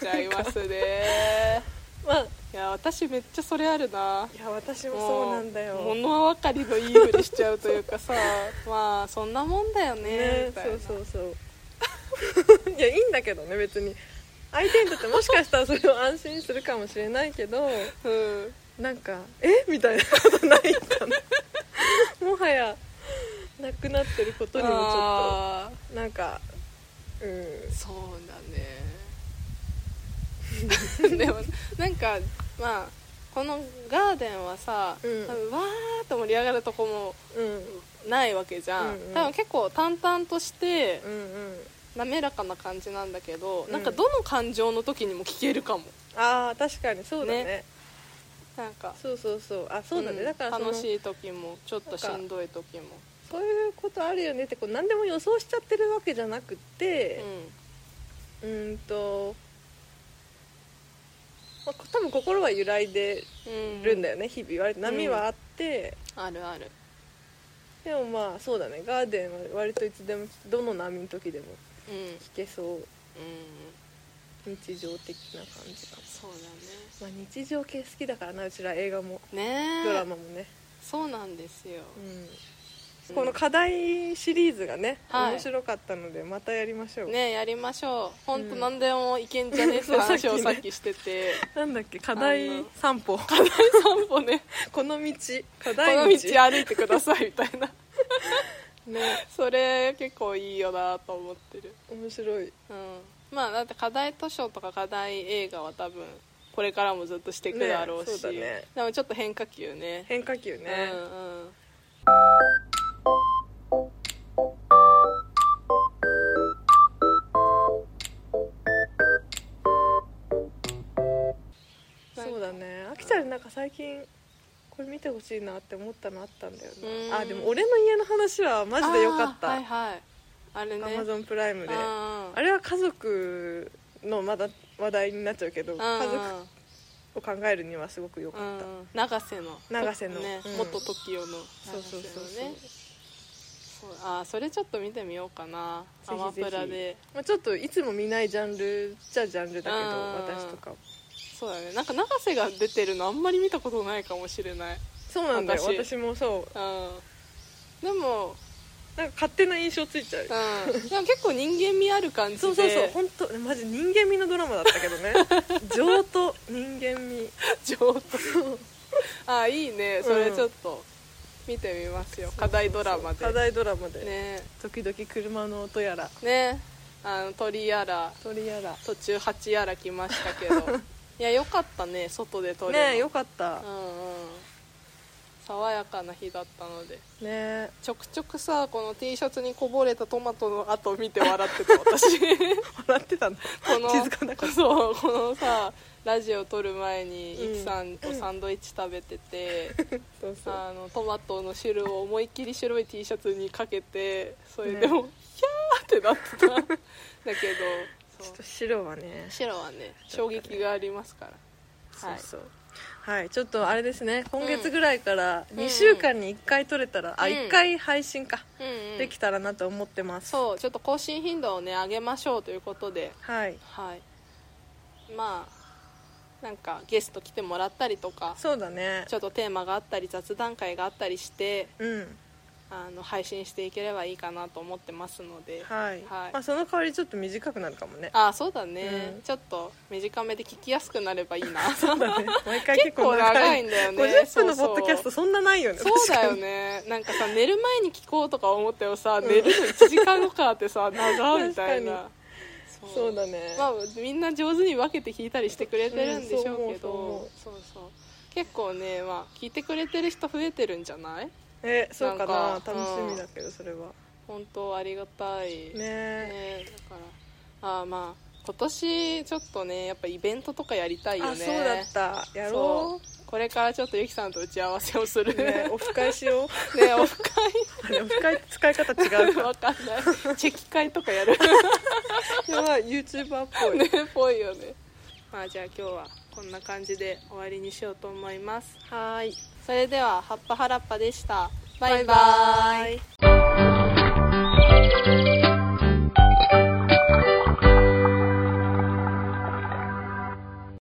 S1: ちゃいますね
S2: まあ
S1: いや私めっちゃそれあるない
S2: や私もそうなんだよ
S1: もう物分かりのいいふりしちゃうというかさまあそんなもんだよね
S2: ね
S1: みたい
S2: そ
S1: な
S2: うそうそう いやいいんだけどね別に相手にとってもしかしたらそれを安心するかもしれないけど
S1: うん
S2: なんかえみたいなことないかな もはやなくなってることにもちょ
S1: あ
S2: っとなんかうん
S1: ーそうだね でもなんかまあこのガーデンはさ、
S2: うん
S1: 多分わーっと盛り上がるとこも
S2: うん
S1: ないわけじゃん、
S2: うんうん
S1: 多分結構淡々として
S2: うんうん
S1: 滑らかな感じなんだけど、
S2: うん
S1: なんかどの感情の時にも聞けるかも
S2: ああ確かにそうだね
S1: ねなんか
S2: そうそうそうあそうだね、
S1: ん
S2: だからその
S1: 楽しい時もちょっとしんどい時も
S2: そういうことあるよねってこう何でも予想しちゃってるわけじゃなくてうーんと、まあ、多分心は揺らいで
S1: うん、うん、
S2: るんだよね、日々割と波はあって、
S1: あるある
S2: でもまあそうだねガーデンは割といつでもどの波の時でも
S1: うんうん
S2: 聞けそう日常的な感じかも、
S1: そうだ
S2: まあ、日常系好きだからなうちら映画も
S1: ねねえ
S2: ドラマもね、
S1: そうなんですよ、
S2: うん
S1: うん
S2: この課題シリーズがね、
S1: はい
S2: 面白かったのでまたやりましょう、
S1: ねやりましょう本当
S2: うん
S1: 何でもいけんじゃねえって話を
S2: そう
S1: さ
S2: さっきね
S1: っきしてて
S2: なんだっけ課
S1: あの
S2: 題散歩
S1: 散歩ね
S2: この道課
S1: こ
S2: 題
S1: の
S2: 道
S1: 道歩いてくださいみたいな
S2: ね
S1: それ結構いいよなと思ってる
S2: 面白
S1: う
S2: い
S1: んまあだって課題図書とか課題映画は多分これからもずっとしていくだろう
S2: ね
S1: し、
S2: そうだね
S1: でもちょっと変化球ね
S2: 変化球ね、
S1: うんうん
S2: そうだねあきちゃんなんか最近これ見てほしいなって思ったのあったんだよ
S1: うん
S2: なあでも俺の家の話はマジでよかった、
S1: あーはいはいあれね
S2: Amazon プライムであ
S1: あ
S2: れは家族のまだ話題になっちゃうけど家族を考えるにはすごく良かった、
S1: 長瀬の
S2: 長瀬の
S1: ね
S2: うん
S1: 元 TOKIO の
S2: そうそうそう
S1: 長
S2: そ
S1: 瀬
S2: う、
S1: のねそうあーそれちょっと見てみようかな
S2: ぜひぜひ
S1: アマプラで
S2: まあ、ちょっといつも見ないジャンルじゃジャンルだけど
S1: うん
S2: 私とか
S1: そうだねなんか長瀬が出てるのあんまり見たことないかもしれない
S2: そうなんだよ
S1: 私
S2: 私もそう
S1: うんでも
S2: なんか勝手な印象ついちゃう
S1: うん、でも結構人間味ある感じで
S2: そうそうそう本当マジ人間味のドラマだったけどね 情と人間味
S1: 上等 あいいねそれちょっと見てみますよ、課題ドラマで
S2: 課題ドラマで、
S1: ね
S2: 時々車の音やら
S1: ねあの鳥やら
S2: 鳥やら
S1: 途中蜂やら来ましたけ どいやよかったね外で撮れる
S2: ねえよかった
S1: う、んうん爽やかな日だったので
S2: ねえ
S1: ちょくちょくさこの T シャツにこぼれたトマトの跡を見て笑ってた 私こ
S2: 笑ってたの
S1: の
S2: 気づかなかった
S1: そうこのさラジオ撮る前に
S2: うん
S1: いきさんとサンドイッチ食べて て、
S2: そうそう
S1: あのトマトの汁を思いっきり白い T シャツにかけてそれでも、ヒャーってなって ただけど
S2: ちょ
S1: そ
S2: っ
S1: う
S2: と白はね
S1: 白はね衝撃がありますから
S2: そ
S1: は
S2: う
S1: い
S2: そうはいちょっとあれですね今月ぐらいから
S1: うん
S2: 2週間に1回撮れたら、あ
S1: うん
S2: 1回配信か、
S1: うんうん
S2: できたらなと思ってます
S1: そうちょっと更新頻度をね上げましょうということで
S2: はい
S1: はいまあなんかゲスト来てもらったりとか
S2: そうだね
S1: ちょっとテーマがあったり雑談会があったりして
S2: うん
S1: あの配信していければいいかなと思ってますので、
S2: はい、
S1: はい
S2: まあ、その代わりちょっと短くなるかもね
S1: ああそうだね、
S2: うん
S1: ちょっと短めで聞きやすくなればいい な
S2: そ うだね毎回
S1: 結
S2: 結
S1: 構
S2: 構
S1: 長
S2: 長
S1: い
S2: い
S1: んだよね
S2: 50分の
S1: そうそう
S2: ポッドキャストそんなないよね
S1: そうだよ
S2: 確かに
S1: ねなんかさ寝る前に聞こうとか思ってもさ、寝るの1時間後からってさ長みたい
S2: 確
S1: な
S2: そうだね、
S1: まあ、みんな上手に分けて弾いたりしてくれてるんでしょうけど、
S2: うん
S1: そうそう結構ね、まあ、聞いてくれてる人増えてるんじゃない
S2: えそうかな
S1: なんか
S2: 楽しみだけどそれは
S1: 本当ありがたい
S2: ね
S1: ねだからあーまあ今年ちょっとねやっぱイベントとかやりたいよ
S2: あ
S1: ね
S2: そうだったや
S1: そ
S2: ろ
S1: うこれからちょっとゆきさんと打ち合わせをする
S2: うね
S1: ね
S2: オフ会しよう
S1: オフ会
S2: あれオフ会って使い方違う から
S1: わかん ないチェキ会とかやる
S2: それは YouTuber っぽい、
S1: ねぽいよねまあじゃあ今日はこんな感じで終わりにしようと思います
S2: はーい
S1: それでは葉っぱはらっぱでしたバイバ
S2: バイバ
S1: イ
S2: ー